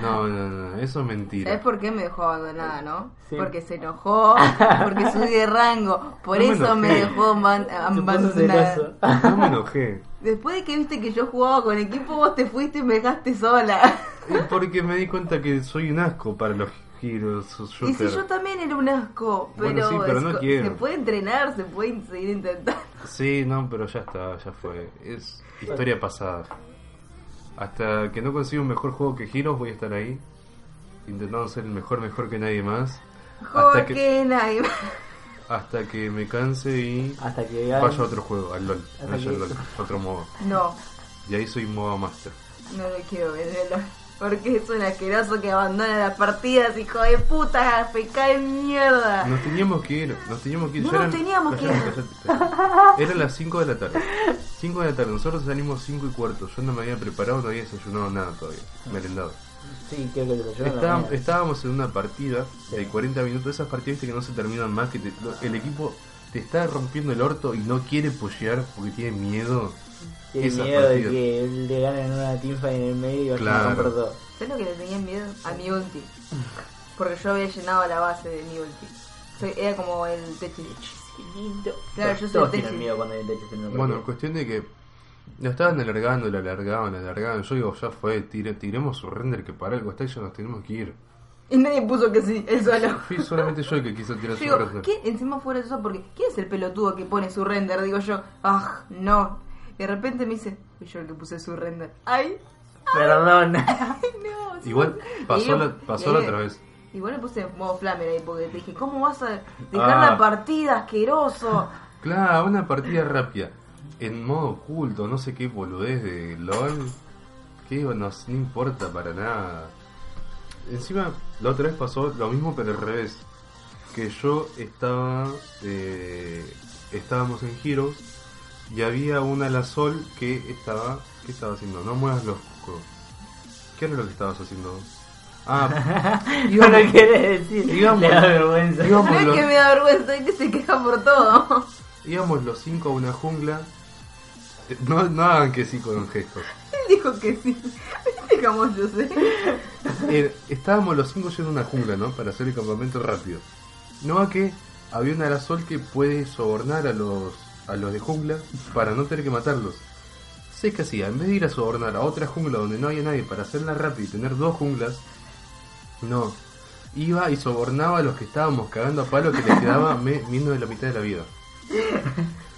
A: No, no, no, eso es mentira.
C: ¿Sabes por qué me dejó abandonada, no?
B: Sí.
C: Porque se enojó, porque subí de rango. Por
A: No me
C: eso me,
A: enojé.
C: dejó man-
B: Se puso
C: abandonada.
B: celoso.
A: No me enojé.
C: Después de que viste que yo jugaba con equipo, vos te fuiste y me dejaste sola.
A: Y Porque me di cuenta que soy un asco para los giros
C: Y si yo también era un asco, pero,
A: Bueno, sí, pero no
C: es co-
A: quiero.
C: se puede entrenar, se puede seguir intentando.
A: Sí, no, pero ya está, ya fue. Es historia pasada. Hasta que no consiga un mejor juego que Giros, voy a estar ahí. Intentando ser el mejor, mejor que nadie más. Hasta que,
C: Jorge, nadie más.
A: hasta que me canse y
B: Hasta que digan-
A: vaya a otro juego, al LOL.
B: Hasta
A: vaya al
B: que-
A: LOL, otro modo.
C: No,
A: Y ahí soy MOBA Master.
C: no lo quiero ver. no lo- Porque es un asqueroso que abandona las partidas, hijo de puta, feca de mierda.
A: Nos teníamos que ir, nos teníamos que ir.
C: No
A: Ya
C: nos teníamos que ir.
A: callate, callate. Eran las 5 de la tarde. 5 de la tarde, nosotros salimos 5 y cuarto. Yo no me había preparado, no había desayunado nada todavía. Merendado.
B: Sí, creo que desayuno a la
A: Estábamos,
B: mañana.
A: estábamos en una partida
B: Sí.
A: de 40 minutos. Esas partidas viste, que no se terminan más, que te- lo- el equipo te está rompiendo el orto y no quiere pollear porque tiene miedo.
B: Tiene
A: esas
B: miedo de
A: partidas.
B: que le ganen una tinfa en el medio y
A: Claro.
B: vayan a comprar todo.
C: ¿Sabes lo que le tenía miedo? A mi ulti. Porque yo había llenado la base de mi ulti. Soy- era como el techo. Claro, yo soy
B: Todos
C: Techi.
B: tienen miedo cuando hay Techi en el
A: Bueno,
B: partido.
A: cuestión de que lo estaban alargando, lo alargaban, lo alargaban. Yo digo, ya fue, tire, tiremos su render que para algo está y ya nos tenemos que ir.
C: Y nadie puso que sí, él solo.
A: Fui solamente yo el que quiso tirar
C: Yo
A: su
C: digo,
A: render.
C: ¿qué? Encima fuera de eso, porque ¿quién es el pelotudo que pone su render? Digo yo, ¡ah, no! Y de repente me dice, fui yo el que puse su render. ¡Ay!
B: Perdón.
C: ¡Ay, no!
A: Igual
C: Y
A: pasó
C: yo-
A: la, pasó
C: y
A: la
C: ahí-
A: otra vez.
C: Igual le puse modo flamer ahí, porque te dije, ¿cómo vas a dejar la
A: Ah.
C: partida, asqueroso?
A: Claro, una partida rápida. En modo oculto, no sé qué boludez de LOL. Que no, no importa para nada. Encima, la otra vez pasó lo mismo pero al revés. Que yo estaba... eh, estábamos en Heroes y había una la Sol que estaba... ¿Qué estaba haciendo? No muevas los cocos. ¿Qué era lo que estabas haciendo? Ah,
B: No lo quieres decir.
A: Digamos-
B: Le da vergüenza.
A: íbamos
C: ¿Sabes
A: los-
C: que me da vergüenza? Es que se queja por todo.
A: Íbamos los cinco a una jungla. Eh, No, no hagan que sí con gestos.
C: Él dijo que sí. ¿Viste cómo yo sé?
A: Eh, estábamos los cinco yendo a una jungla, ¿no? Para hacer el campamento rápido. No a que había un arasol que puede sobornar a los, a los de jungla para no tener que matarlos. Sé que hacía, en vez de ir a sobornar a otra jungla donde no había nadie para hacerla rápido y tener dos junglas, no. Iba y sobornaba a los que estábamos cagando a palo que les quedaba me- menos de la mitad de la vida.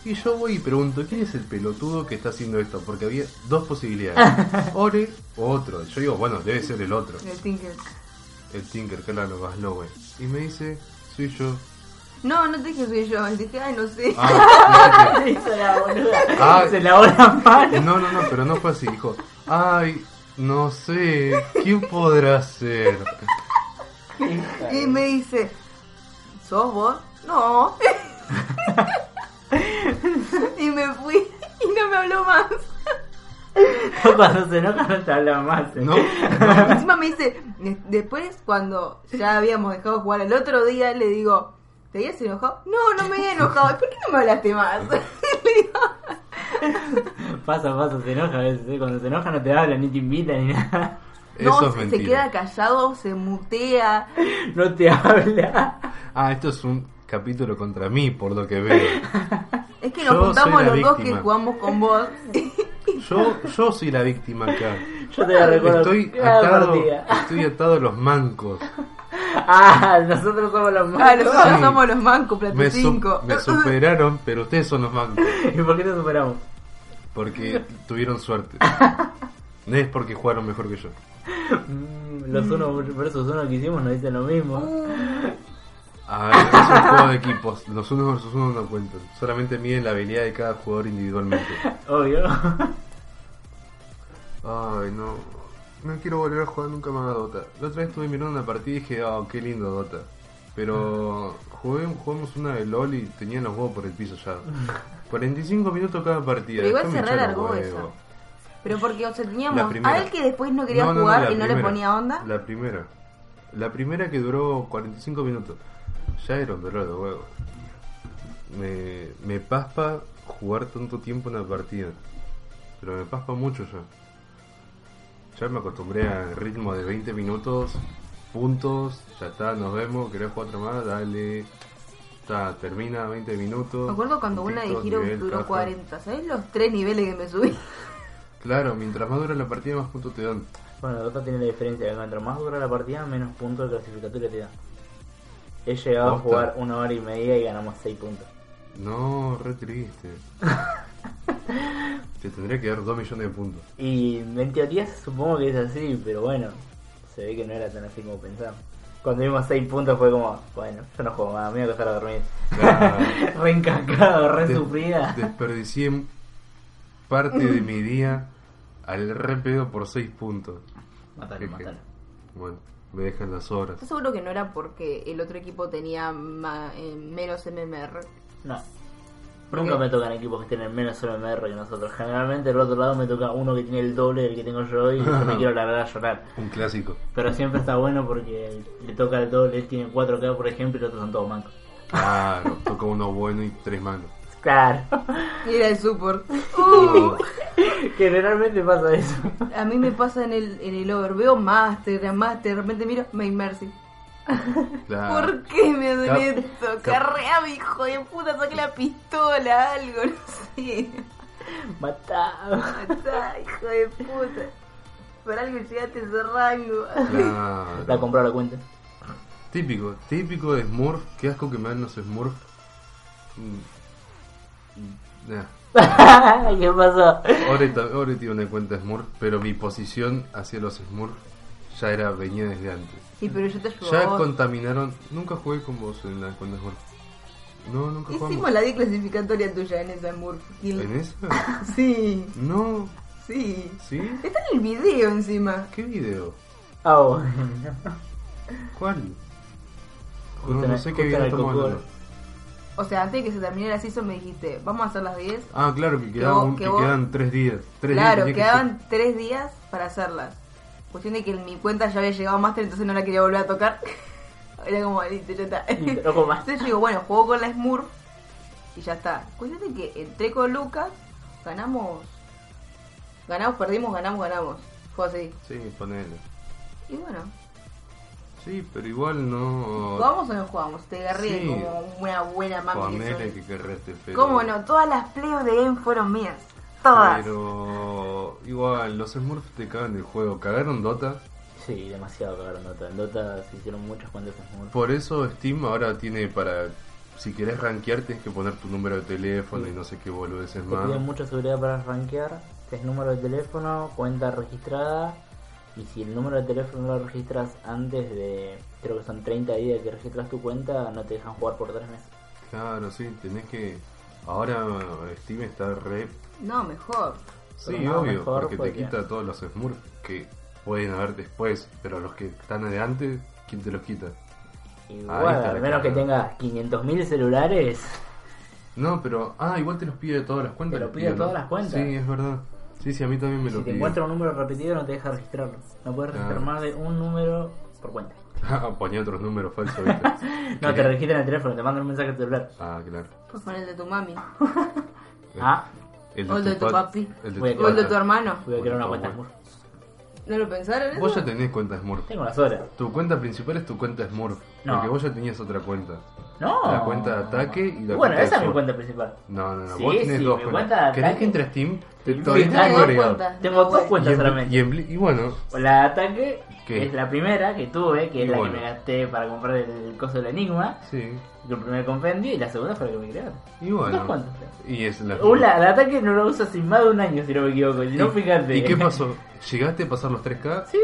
A: Y yo voy y pregunto, ¿quién es el pelotudo que está haciendo esto? Porque había dos posibilidades. Ore o otro. Yo digo, bueno, debe ser el otro.
C: El Tinker.
A: El Tinker, claro, más Lowe. Y me dice, soy yo.
C: No, no te dije soy yo. Dije, ay, no sé.
A: Ah,
B: Se hizo la boluda.
A: Ah.
B: Se lavó la mano.
A: no, no, no, pero no fue así. Dijo, ay, no sé, ¿quién podrá ser?
C: Y me dice, ¿sos vos? No. y me fui y no me habló más.
B: Cuando se enoja no te habla más. eh.
A: No, no,
C: Encima me dice, de- después cuando ya habíamos dejado jugar el otro día, le digo, ¿te habías enojado? No, no me había enojado. ¿Por qué no me hablaste más? le digo,
B: Pasa, pasa, se enoja a veces. eh. Cuando se enoja no te habla, ni te invita, ni nada.
A: eso
C: no,
A: es
C: se- se
A: mentira.
C: queda callado, se mutea.
B: No te habla.
A: Ah, esto es un capítulo contra mí, por lo que veo.
C: Es que
A: Yo
C: nos juntamos
A: soy la
C: los dos que
A: víctima.
C: jugamos con vos.
A: Yo, yo soy la víctima acá.
B: Yo te la recuerdo. ah.
A: Estoy
B: cada
A: atado,
B: partida.
A: estoy atado a los mancos.
B: Ah, nosotros somos los
C: Ah,
B: malos.
C: nosotros
A: Sí.
C: somos los mancos, plato
A: Me, su-
C: 5.
A: me superaron, pero ustedes son los mancos.
B: ¿Y por qué te superamos?
A: Porque tuvieron suerte. No es porque jugaron mejor que yo.
B: Mm, Los uno versus uno que hicimos nos dicen lo mismo.
A: A ver, este es un juego de equipos. Los unos versus unos no cuentan. Solamente miden la habilidad de cada jugador individualmente.
B: Obvio.
A: Ay, no. No quiero volver a jugar nunca más a Dota. La otra vez estuve mirando una partida y dije, oh, qué lindo Dota. Pero jugué, jugamos una de LOL y tenían los huevos por el piso ya. 45 minutos cada partida.
C: Pero igual
A: después me
C: se
A: hincharon los
C: realargó esa.
A: huevos.
C: Pero porque, o sea,
A: La
C: teníamos
A: primera.
C: a él que después no quería jugar
A: la
C: y no le
A: primera.
C: ponía onda.
A: La primera. La primera que duró 45 minutos. Ya era un dolor de huevo. Me, me paspa jugar tanto tiempo una partida. Pero me paspa mucho ya. Ya me acostumbré al ritmo de 20 minutos, puntos, ya está, nos vemos, querés jugar otra más, dale. Está, termina 20 minutos.
C: Me acuerdo cuando una de
A: puntitos,
C: giro
A: nivel,
C: duró
A: caja.
C: 40. ¿Sabes los tres niveles que me subí?
A: Claro, mientras más dura la partida, más puntos te dan.
B: Bueno, Dota tiene la diferencia de que mientras más dura la partida, menos puntos de clasificatoria te da. He llegado a
A: Posta.
B: jugar una hora y media y ganamos 6 puntos.
A: No, re triste. Te tendría que dar 2 millones de puntos.
B: Y en teoría supongo que es así, pero bueno, se ve que no era tan así como pensaba. Cuando vimos 6 puntos fue como, bueno, yo no juego más, me voy a acostar a dormir.
A: Ah.
B: re encascado, re
A: Des-
B: sufrida.
A: Desperdicié parte de mi día al re pedo por 6 puntos.
B: Mátalo, mátalo.
A: Bueno, me dejan las horas.
C: ¿Estás seguro que no era porque el otro equipo tenía ma- eh, menos MMR?
B: No. Nunca me tocan equipos que tienen menos MMR que nosotros. Generalmente del otro lado me toca uno que tiene el doble del que tengo yo y yo me quiero largar a llorar.
A: Un clásico.
B: Pero siempre está bueno porque le toca el doble, él tiene 4K por ejemplo y los otros son todos mancos.
A: Claro, toca uno bueno y tres malos.
B: Claro.
C: Y era el support.
A: Uh,
B: Generalmente pasa eso.
C: A mí me pasa en el, en el over. Veo Master, a Master, de repente miro May Mercy.
A: claro.
C: ¿Por qué me
A: Ah. Cap-
C: duele esto?
A: cap-
C: Carreame, hijo de puta, saque la pistola, algo, no sé.
B: Matado.
C: Matá, hijo de puta. Por algo llegaste a ese rango.
A: Claro.
B: La compró la cuenta.
A: Típico, típico de Smurf. Qué asco que me dan los Smurf. Mm. Mm, nah.
B: ¿Qué pasó?
A: Ahora, ta- ahora tiene una cuenta Smurf, pero mi posición hacia los Smurf ya era venía desde antes.
C: Sí, pero yo te ayudo. a
A: Ya
C: vos.
A: contaminaron. Nunca jugué con vos en la cuenta Smurf. No, nunca
C: Hicimos
A: jugamos.
C: la declasificatoria tuya en esa Murphy
A: ¿En
C: Kill.
A: esa?
C: Sí,
A: No,
C: sí.
A: ¿sí?
C: Está en el video encima.
A: ¿Qué video?
B: Ah, bueno.
A: ¿Cuál?
B: Justo
A: No,
B: en
A: no
B: el-
A: sé
B: justo
A: qué
B: en
A: video
B: el
A: estamos
B: cocor.
A: hablando.
C: O sea, antes de que se termine la season me dijiste, vamos a hacer las 10.
A: Ah, claro, que, quedaban,
C: vos-
A: un-
C: que
A: que
C: vos-
A: quedan tres días. Tres
C: Claro,
A: días tenía que
C: quedaban tres días para hacerlas. Cuestión de que en mi cuenta ya había llegado Master, entonces no la quería volver a tocar. Era como, listo, ya está.
B: Listo, no como más.
C: Entonces yo digo, bueno, juego con la Smurf y ya está. Cuestión de que entré con Lucas, ganamos. Ganamos, perdimos, ganamos, ganamos. Fue así.
A: ser- Sí, ponele.
C: Y bueno,
A: Sí, pero igual no.
C: ¿jugamos o no jugamos? Te agarré
A: Sí.
C: como una buena mami. que
A: Ponele
C: soy.
A: que querrete, pero.
C: eh. ¿Cómo no? Todas las playoffs de Game fueron mías. Todas.
A: Pero. Igual, los Smurfs te cagan el juego. Cagaron Dota.
B: Sí, demasiado cabrón Dota. En Dota se hicieron muchas cuentas Smurf.
A: Por eso Steam ahora tiene para. Si querés rankear, tienes que poner tu número de teléfono y no sé qué boludeces
B: Te
A: más.
B: piden mucha seguridad para rankear, es número de teléfono, cuenta registrada. Y si el número de teléfono no lo registras antes de, creo que son 30 días que registras tu cuenta, no te dejan jugar por 3 meses.
A: Claro, sí, tenés que. Ahora Steam está re.
C: No, mejor.
A: Sí,
B: nada
A: obvio,
B: mejor
A: porque te
B: porque-
A: quita todos los Smurfs que pueden haber después, pero los que están adelante, ¿quién te los quita?
B: Igual,
A: está
B: al
A: la
B: menos que tengas 500.000 celulares,
A: No, pero. Ah, igual te los pide todas las cuentas.
B: Te lo
A: los
B: pide
A: piden,
B: todas
A: ¿no?
B: las cuentas.
A: Sí, es verdad. Sí, sí, a mí también me
B: si
A: lo
B: te
A: piden.
B: encuentra un número repetido no te deja registrarlo. No puedes registrar
A: Claro.
B: más de un número por cuenta.
A: Ponía Ah, otros números falsos, ¿viste?
B: No, te registran el teléfono, te mandan un mensaje al celular.
A: ah, claro.
C: Pues pon el de tu mami.
B: Ah,
A: El
C: O el de tu
A: pat-
C: papi.
A: El de
B: Voy a
A: tu
C: O el de tu
A: pata.
C: hermano.
B: voy a crear una
A: Bueno,
B: cuenta
A: bueno.
B: Smurf.
C: ¿No lo pensaron eso?
A: Vos ya tenés cuenta Smurf.
B: Tengo las horas.
A: Tu cuenta principal es tu cuenta Smurf.
B: No.
A: Porque vos ya tenías otra cuenta.
B: No.
A: La cuenta de ataque y la
B: Bueno,
A: cuenta de
B: esa es mi
A: sur.
B: cuenta principal.
A: No, no, no.
B: Sí,
A: vos tenés
B: sí,
A: dos
B: mi
A: cuentas.
B: cuenta de
A: ¿Querés
B: ataque.
A: que entre a Steam? Te
B: Sí,
A: todavía
C: tengo
A: tenés
C: dos
A: agregado.
C: cuentas.
B: Tengo dos
C: Bueno.
A: Y
B: cuentas
A: en-
B: solamente.
A: Y, en Bli- y bueno,
B: La de ataque
A: ¿Qué?
B: es la primera que tuve, que es
A: Y
B: la
A: bueno.
B: que me gasté para comprar el coso del Enigma,
A: sí.
B: el primer compendio, y la segunda fue la que me crearon.
A: Y bueno.
B: Dos cuentas. tengo.
A: Y es la
B: Una, la ataque no la uso hace más de un año, si no me equivoco. y
A: ¿Y,
B: Si no, fíjate.
A: ¿Y qué pasó? ¿Llegaste a pasar los 3K?
B: Sí,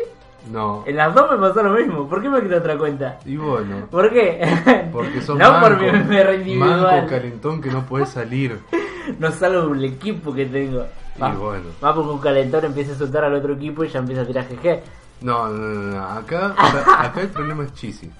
A: No.
B: en las dos me pasó lo mismo. ¿Por qué me creé otra cuenta?
A: Y bueno.
B: ¿Por qué?
A: Porque sos
B: no
A: manco,
B: por mi MMR
A: manco
B: individual.
A: calentón que no podés salir.
B: No salgo del equipo que tengo.
A: Y
B: Va,
A: bueno.
B: va porque un calentón empieza a soltar al otro equipo y ya empieza a tirar GG.
A: No, no, no, no. Acá, acá, acá el problema es Chisi.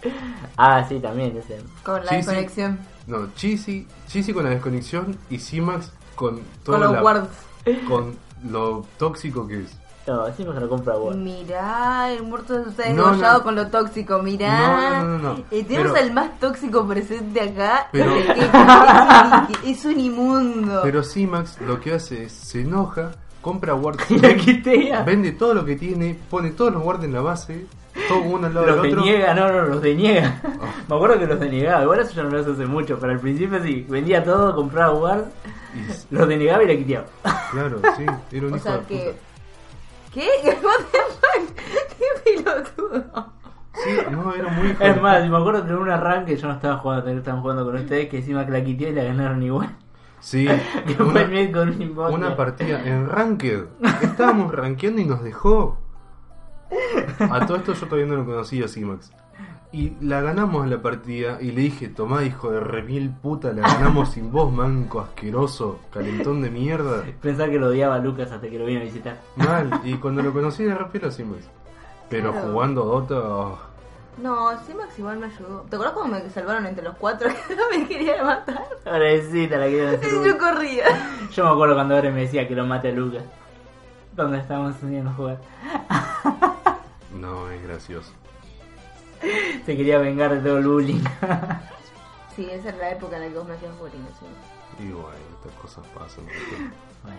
B: Ah, sí, también ese.
C: Con la
A: Sí, sí.
C: desconexión.
A: No, Chisi, Chisi con la desconexión y Simax con todo
C: Con los
A: la,
C: guards.
A: con lo tóxico que es.
B: No, así mejor no compra vos.
C: Mirá, el muerto se está
A: No,
C: desgollado
A: no.
C: con lo tóxico, mirá.
A: No, no, no, no.
C: Y tenemos
A: Pero-
C: al más tóxico presente acá.
A: Pero-
C: que- que- que es, un inmundo.
A: Pero Simax lo que hace es se enoja, compra ward,
B: Y la quitea.
A: vende todo lo que tiene, pone todos los ward en la base, todo uno al lado
B: Los
A: del otro. Oh.
B: deniega, no, no, los deniega. Me acuerdo que los denegaba, igual eso ya no lo hace hace mucho, pero al principio sí, vendía todo, compraba guard,
A: Y s-
B: los denegaba y la quiteaba.
A: claro, sí, era un
C: o
A: hijo
C: sea
A: de
C: que.
A: puta.
C: ¿Qué? What the fuck? ¡Qué pelotudo!
A: Sí, no, era muy hijo de
B: Es más, me acuerdo que en un arranque yo no estaba jugando, estaban jugando con ustedes, que encima que la quité y la ganaron igual.
A: puta. Sí,
B: Que fue
A: una-
B: bien con un inbox.
A: Una partida en Ranked. Estábamos rankeando y nos dejó. A todo esto yo todavía no lo conocía, Simax. Y la ganamos la partida y le dije, tomá hijo de remil puta, la ganamos sin vos, manco asqueroso, calentón de mierda.
B: Pensar que lo odiaba a Lucas hasta que lo vine a visitar.
A: Mal. Y cuando lo conocí era rapero Simax. Pero
C: Claro.
A: jugando Dota, oh,
C: No, sí, Max igual me ayudó. ¿Te acuerdas cuando me salvaron entre los cuatro? me querían matar.
B: Pobrecita la quiero
C: Y
B: hacer.
C: yo corría.
B: Yo me acuerdo cuando Ore me decía que lo mate a Lucas. Cuando estábamos enseñando a jugar.
A: no, es gracioso.
B: Se quería vengar de todo el bullying.
C: Sí, esa era la época en la que vos me hacías bullying. sí.
A: Y bueno, estas cosas pasan.
B: Bueno,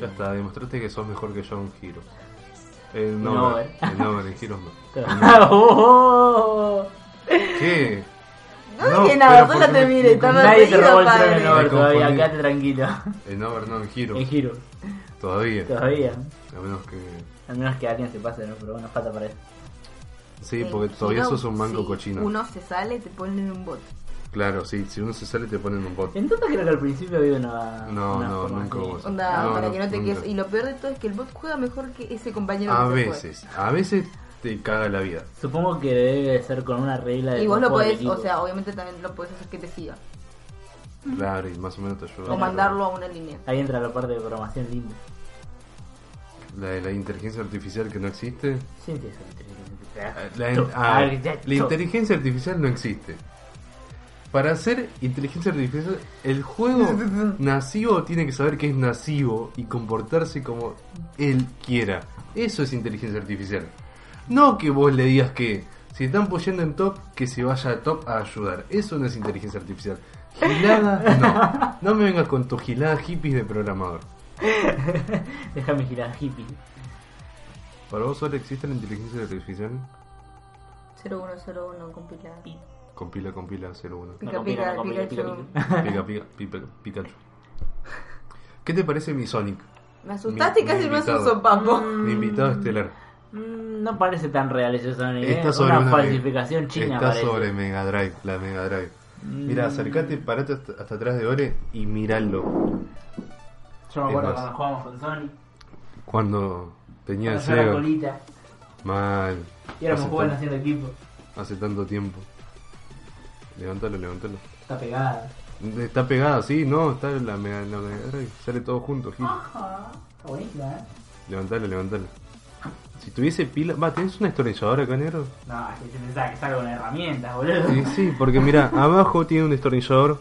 A: Ya
B: sí.
A: está, demostraste que sos mejor que yo en giros. En
B: No,
A: no,
B: eh.
A: en no, en giros no.
B: Oh,
A: ¿Qué?
C: No,
A: No,
C: dije
A: pero
C: nada, solo
A: porque
C: te
A: me
C: miré.
A: equivoco.
C: Estaba
B: Nadie te
C: perdido,
B: robó el
C: padre.
B: premio Nobel
A: Me
B: todavía,
A: confundí.
B: quédate tranquilo.
A: En no, no, en giros.
B: En giro,
A: Todavía.
B: todavía.
A: A menos que.
B: Al menos que alguien se pase, ¿no? Pero bueno, falta para eso.
A: Sí,
C: En
A: porque todavía
C: Hero,
A: sos un manco
C: sí,
A: cochino.
C: Uno se sale y te ponen un bot.
A: Claro, sí, si uno se sale te ponen un bot.
B: Entonces Tota creo que al principio había una.
A: No,
B: una
A: no,
B: forma
A: nunca
B: así.
A: hubo eso.
C: Onda,
A: No,
C: para
A: no,
C: que no te
A: nunca.
C: quedes. Y lo peor de todo es que el bot juega mejor que ese compañero
A: A
C: que se fue.
A: veces, a veces te caga la vida.
B: Supongo que debe ser con una regla de.
C: Y vos lo
B: grupo de
C: podés,
B: equipo.
C: o sea, obviamente también lo podés hacer que te siga.
A: Claro, y más o menos te ayuda.
C: O mandarlo a una línea.
B: Ahí entra la parte de programación linda.
A: La de la inteligencia artificial que no existe.
B: Sí, sí, sí.
A: La,
B: Tú,
A: ah,
B: arquitecto.
A: la inteligencia artificial no existe. Para hacer inteligencia artificial, el juego nasivo tiene que saber que es nasivo y comportarse como él quiera. Eso es inteligencia artificial. No que vos le digas que si están poniendo en top, que se vaya a top a ayudar. Eso no es inteligencia artificial. Giladas, no. No me vengas con tus giladas hippies de programador.
B: Déjame girar hippie.
A: ¿Para vos solo existe la inteligencia artificial?
C: 0101 compilado.
A: Compila, compila, 01.
C: Pica,
B: No,
C: pica,
B: no, pica,
C: Pikachu.
B: pica, pica.
A: Pica, pica, pica, Pikachu. ¿Qué te parece mi Sonic?
C: Me asustaste y
A: Mi-
C: casi
A: mi
C: me hace un
A: invitado.
C: sopapo.
A: Mi invitado estelar.
B: Mm, No parece tan real eso, Sony. ¿eh?
A: Está sobre
B: una,
A: una
B: falsificación china,
A: Está
B: parece. Mm.
A: sobre Mega Drive, la Mega Drive. Mira, acercate, parate hasta, hasta atrás de Ore y miralo.
B: Yo me
A: Es
B: acuerdo
A: más.
B: cuando jugábamos con Sony.
A: Cuando tenía
B: Cuando
A: el
B: yo era
A: Sega.
B: colita.
A: Mal.
B: Y éramos
A: Hace
B: jóvenes
A: tan-
B: haciendo equipo.
A: hace tanto tiempo. Levántalo, levántalo.
B: Está pegada.
A: Está pegada, sí, no, está la Mega, la Mega Drive. Sale todo junto, Gil.
C: Ah.
B: Está buenísima, ¿eh?
A: Levantalo, levantalo. Si tuviese pila. Va, ¿tenés una estornilladora acá, negro?
B: No, es que se pensaba que salgo con herramientas, boludo.
A: Sí, sí, porque mira, abajo tiene un destornillador,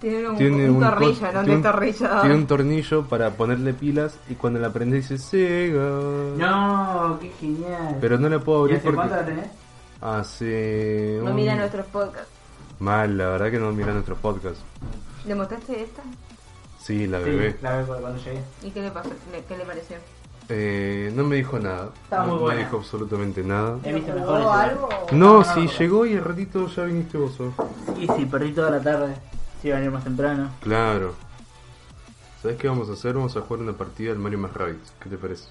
C: Tiene un,
A: tiene
C: un
A: un
C: tornillo,
A: cos-
C: no
A: tiene
C: un
A: un-
C: tornillo.
A: tiene un tornillo para ponerle pilas y cuando la prende dice Sega.
B: No, qué genial.
A: Pero no la puedo
B: ¿Y
A: abrir
B: hace cuánto la
A: porque
B: tenés?
A: hace
C: No
A: un-
C: mira nuestros podcasts.
A: Mal, la verdad que no mira nuestro podcast.
C: ¿Le mostraste esta?
A: Sí, la
B: Sí,
A: bebé.
B: la veo cuando llegué.
C: ¿Y qué le pasó? ¿Le- ¿Qué le pareció?
A: Eh, no me dijo nada.
B: Está muy
A: no me
B: buena. Eh,
A: dijo absolutamente nada.
B: He visto
C: ¿Jugó
B: mejores.
C: algo?
A: No, si llegó y al ratito ya viniste vos. Sol.
B: Y si perdí toda la tarde. Si iba a venir más temprano.
A: Claro. ¿Sabes qué vamos a hacer? Vamos a jugar una partida al Mario más Rabbids. ¿Qué te parece?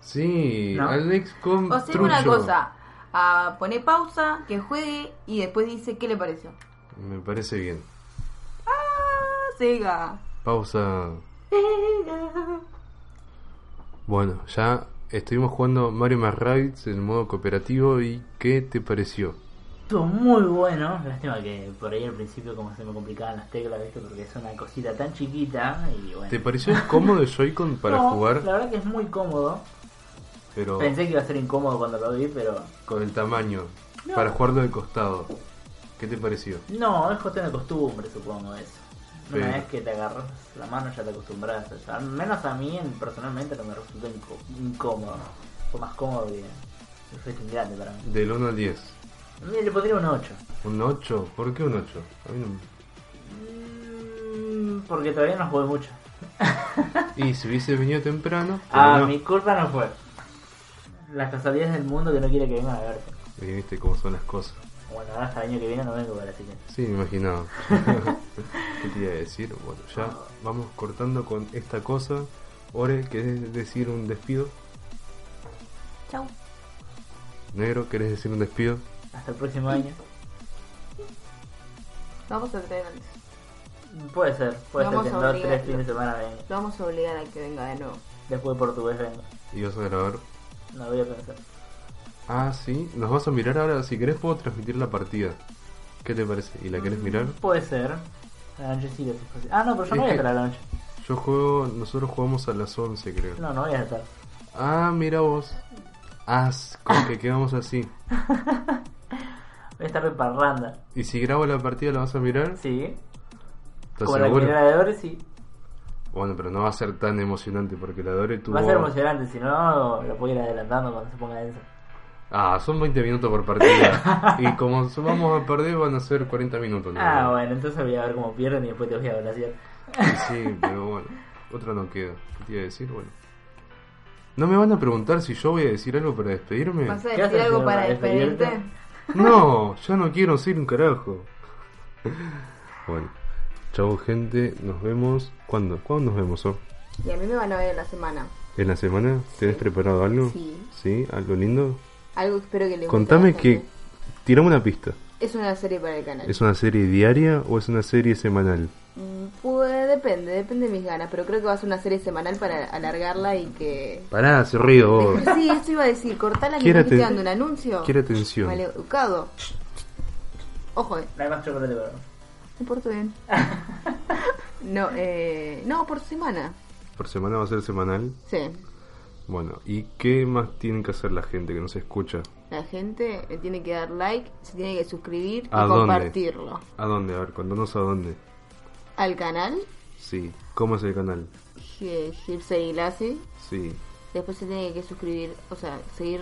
A: Sí,
B: No.
A: Alex con
C: O sea,
A: trucho.
C: una cosa. Ah, pone pausa, que juegue y después dice qué le pareció.
A: Me parece bien.
C: Ah, Sega.
A: Pausa.
C: Sega.
A: Bueno, ya estuvimos jugando Mario más Rabbids en modo cooperativo y ¿qué te pareció?
B: Estuvo muy bueno. Lástima que por ahí al principio como se me complicaban las teclas, ¿viste? Porque es una cosita tan chiquita y bueno.
A: ¿Te pareció cómodo el Joy-Con para
B: No, La
A: jugar? Oh.
B: verdad que es muy cómodo.
A: Pero
B: Pensé que iba a ser incómodo cuando lo vi, pero...
A: con el tamaño.
B: No.
A: Para jugarlo de costado. ¿Qué te pareció?
B: No, es cuestión de costumbre, supongo eso. Una
A: Sí.
B: vez que te agarras la mano ya te acostumbras. O sea, al menos a mí en- personalmente no me resultó inco- incómodo. Fue más cómodo que el festín grande para mí.
A: Del 1 al 10.
B: Me Le pondría un 8.
A: ¿Un 8? ¿Por qué un 8? A mí no me-
B: Mm, Porque todavía no jugué mucho.
A: Y si hubiese venido temprano, pero
B: Ah,
A: no.
B: mi culpa no fue. Las casualidades del mundo que no quiere que vengan a verte.
A: Y viste cómo son las cosas.
B: Bueno, ahora hasta el año que viene no vengo para así que.
A: Sí, me imaginaba. ¿Qué te iba a decir? Bueno, ya vamos cortando con esta cosa. Ore, ¿querés decir un despido?
C: Chau.
A: Negro, ¿querés decir un despido?
B: Hasta el próximo año.
C: Vamos a traer antes.
B: Puede ser, puede
C: Vamos
B: ser que
C: a
B: en dos
C: obligar-
B: tres fines de semana venga.
C: Lo vamos a obligar a que venga de nuevo.
B: Después de portugués vengo.
A: Y vas a grabar.
B: No voy a pensar.
A: Ah, sí, nos vas a mirar ahora. Si querés, puedo transmitir la partida. ¿Qué te parece? ¿Y la querés mirar?
B: Puede ser. A la noche sí que sí, pues sí. Ah, no, pero yo
A: Es
B: no voy a
A: que-
B: estar a la noche.
A: Yo juego, nosotros jugamos a las 11, creo.
B: No, no voy a estar.
A: Ah, mira vos. Ah, como que quedamos así.
B: Voy a estar de parranda.
A: ¿Y si grabo la partida la vas a mirar?
B: Sí.
A: ¿Estás
B: Como la
A: seguro?
B: primera de Dory, sí.
A: Bueno, pero no va a ser tan emocionante porque la Dore tuvo...
B: Va a ser emocionante, si no, lo puedo ir adelantando cuando se ponga denso.
A: Ah, son 20 minutos por partida. y como vamos a perder van a ser 40 minutos. ¿no?
B: Ah, bueno, entonces voy a ver cómo pierden y después te voy a agraciar.
A: Sí, pero bueno. Otra no queda. ¿Qué te iba a decir? Bueno. ¿No me van a preguntar si yo voy a decir algo para despedirme?
C: ¿Vas a
B: ¿Qué vas a
C: decir algo
B: hacer
C: para
B: para
C: despedirte?
B: despedirte?
A: No, ya no quiero ser un carajo. Bueno. Chau gente, nos vemos. ¿Cuándo? ¿Cuándo nos vemos? Oh?
C: Y a mí me van a ver en la semana.
A: ¿En la semana? ¿Tenés preparado algo?
C: Sí.
A: ¿Sí? ¿Algo lindo?
C: Algo que espero que les guste
A: Contame
C: bastante.
A: que... Tirame una pista.
C: Es una serie para el canal.
A: ¿Es una serie diaria o es una serie semanal?
C: Mm, Pues depende, depende de mis ganas, pero creo que va a ser una serie semanal para alargarla y que...
A: Pará, se ríe vos.
C: Sí, eso iba a decir, cortala que
A: Quiere
C: me estoy
A: aten-
C: dando un anuncio.
A: Quiere atención.
C: Maleducado. Ojo, eh,
B: No hay más chocolate para
C: me porto bien. No, eh, no, por semana.
A: Por semana va a ser semanal.
C: Sí.
A: Bueno, ¿y qué más tienen que hacer la gente que nos escucha?
C: La gente le tiene que dar like, se tiene que suscribir y
A: ¿A dónde?
C: compartirlo.
A: ¿A dónde? A ver, contanos a dónde.
C: Al canal,
A: Sí. ¿Cómo es el canal?
C: G- Gipsy y Lassie.
A: Sí.
C: Después se tiene que suscribir, o sea, seguir.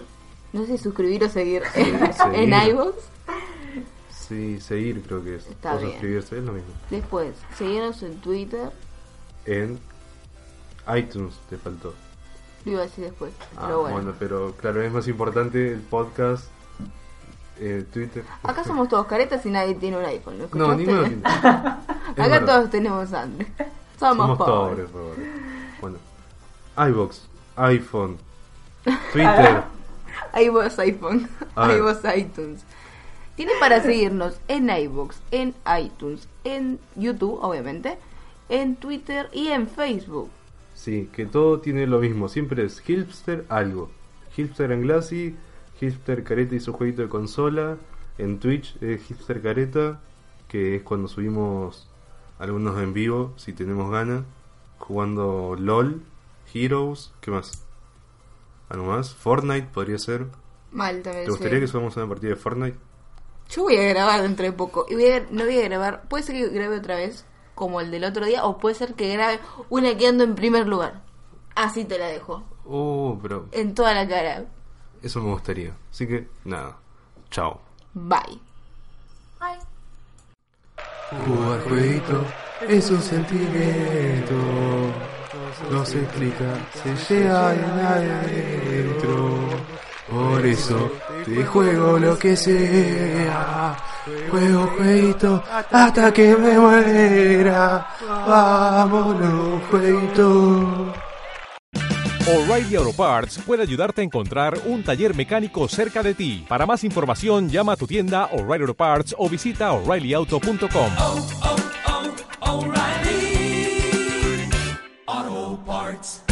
C: No sé si suscribir o seguir
A: seguir.
C: en iVoox.
A: Sí, seguir creo que es.
C: Está
A: o
C: bien.
A: suscribirse, es lo mismo.
C: Después, seguirnos en Twitter.
A: En iTunes te faltó.
C: Lo iba a decir después.
A: Ah,
C: pero bueno.
A: bueno. pero claro, es más importante el podcast, eh, Twitter.
C: Acá somos todos caretas y nadie tiene un iPhone. ¿lo
A: No,
C: escuchaste?
A: ninguno tiene. Es
C: Acá
A: verdad.
C: todos tenemos hambre. Somos,
A: Somos
C: pobres.
A: pobres, pobres. Bueno, iBox, iPhone, Twitter.
C: Ahí vos iPhone.
A: A
C: Ahí
A: ver.
C: vos iTunes. Tiene para seguirnos en iBox, en iTunes, en YouTube, obviamente, en Twitter y en Facebook.
A: Sí, que todo tiene lo mismo. Siempre es hipster algo. Hipster en Glassy, hipster careta y su jueguito de consola. En Twitch es hipster careta, que es cuando subimos algunos en vivo, si tenemos ganas. Jugando LOL, Heroes, ¿qué más? ¿Algo más? Fortnite podría ser.
C: Mal también.
A: ¿Te gustaría que subamos una partida de Fortnite?
C: Yo voy a grabar dentro de poco. Y voy a- no voy a grabar. Puede ser que grabe otra vez, como el del otro día, o puede ser que grabe una quedando en primer lugar. Así te la dejo.
A: Oh, pero
C: En toda la cara.
A: eso me gustaría. Así que, nada. Chao.
C: Bye. Bye.
A: Jugar jueguito es un sentimiento. No se explica, se lleva en adentro. Por eso te juego lo que sea. Juego jueguito hasta que me muera. Vámonos, jueguito.
D: O'Reilly Auto Parts puede ayudarte a encontrar un taller mecánico cerca de ti. Para más información, llama a tu tienda O'Reilly Auto Parts o visita oreillyauto.com.
E: oh, oh, O'Reilly Auto Parts.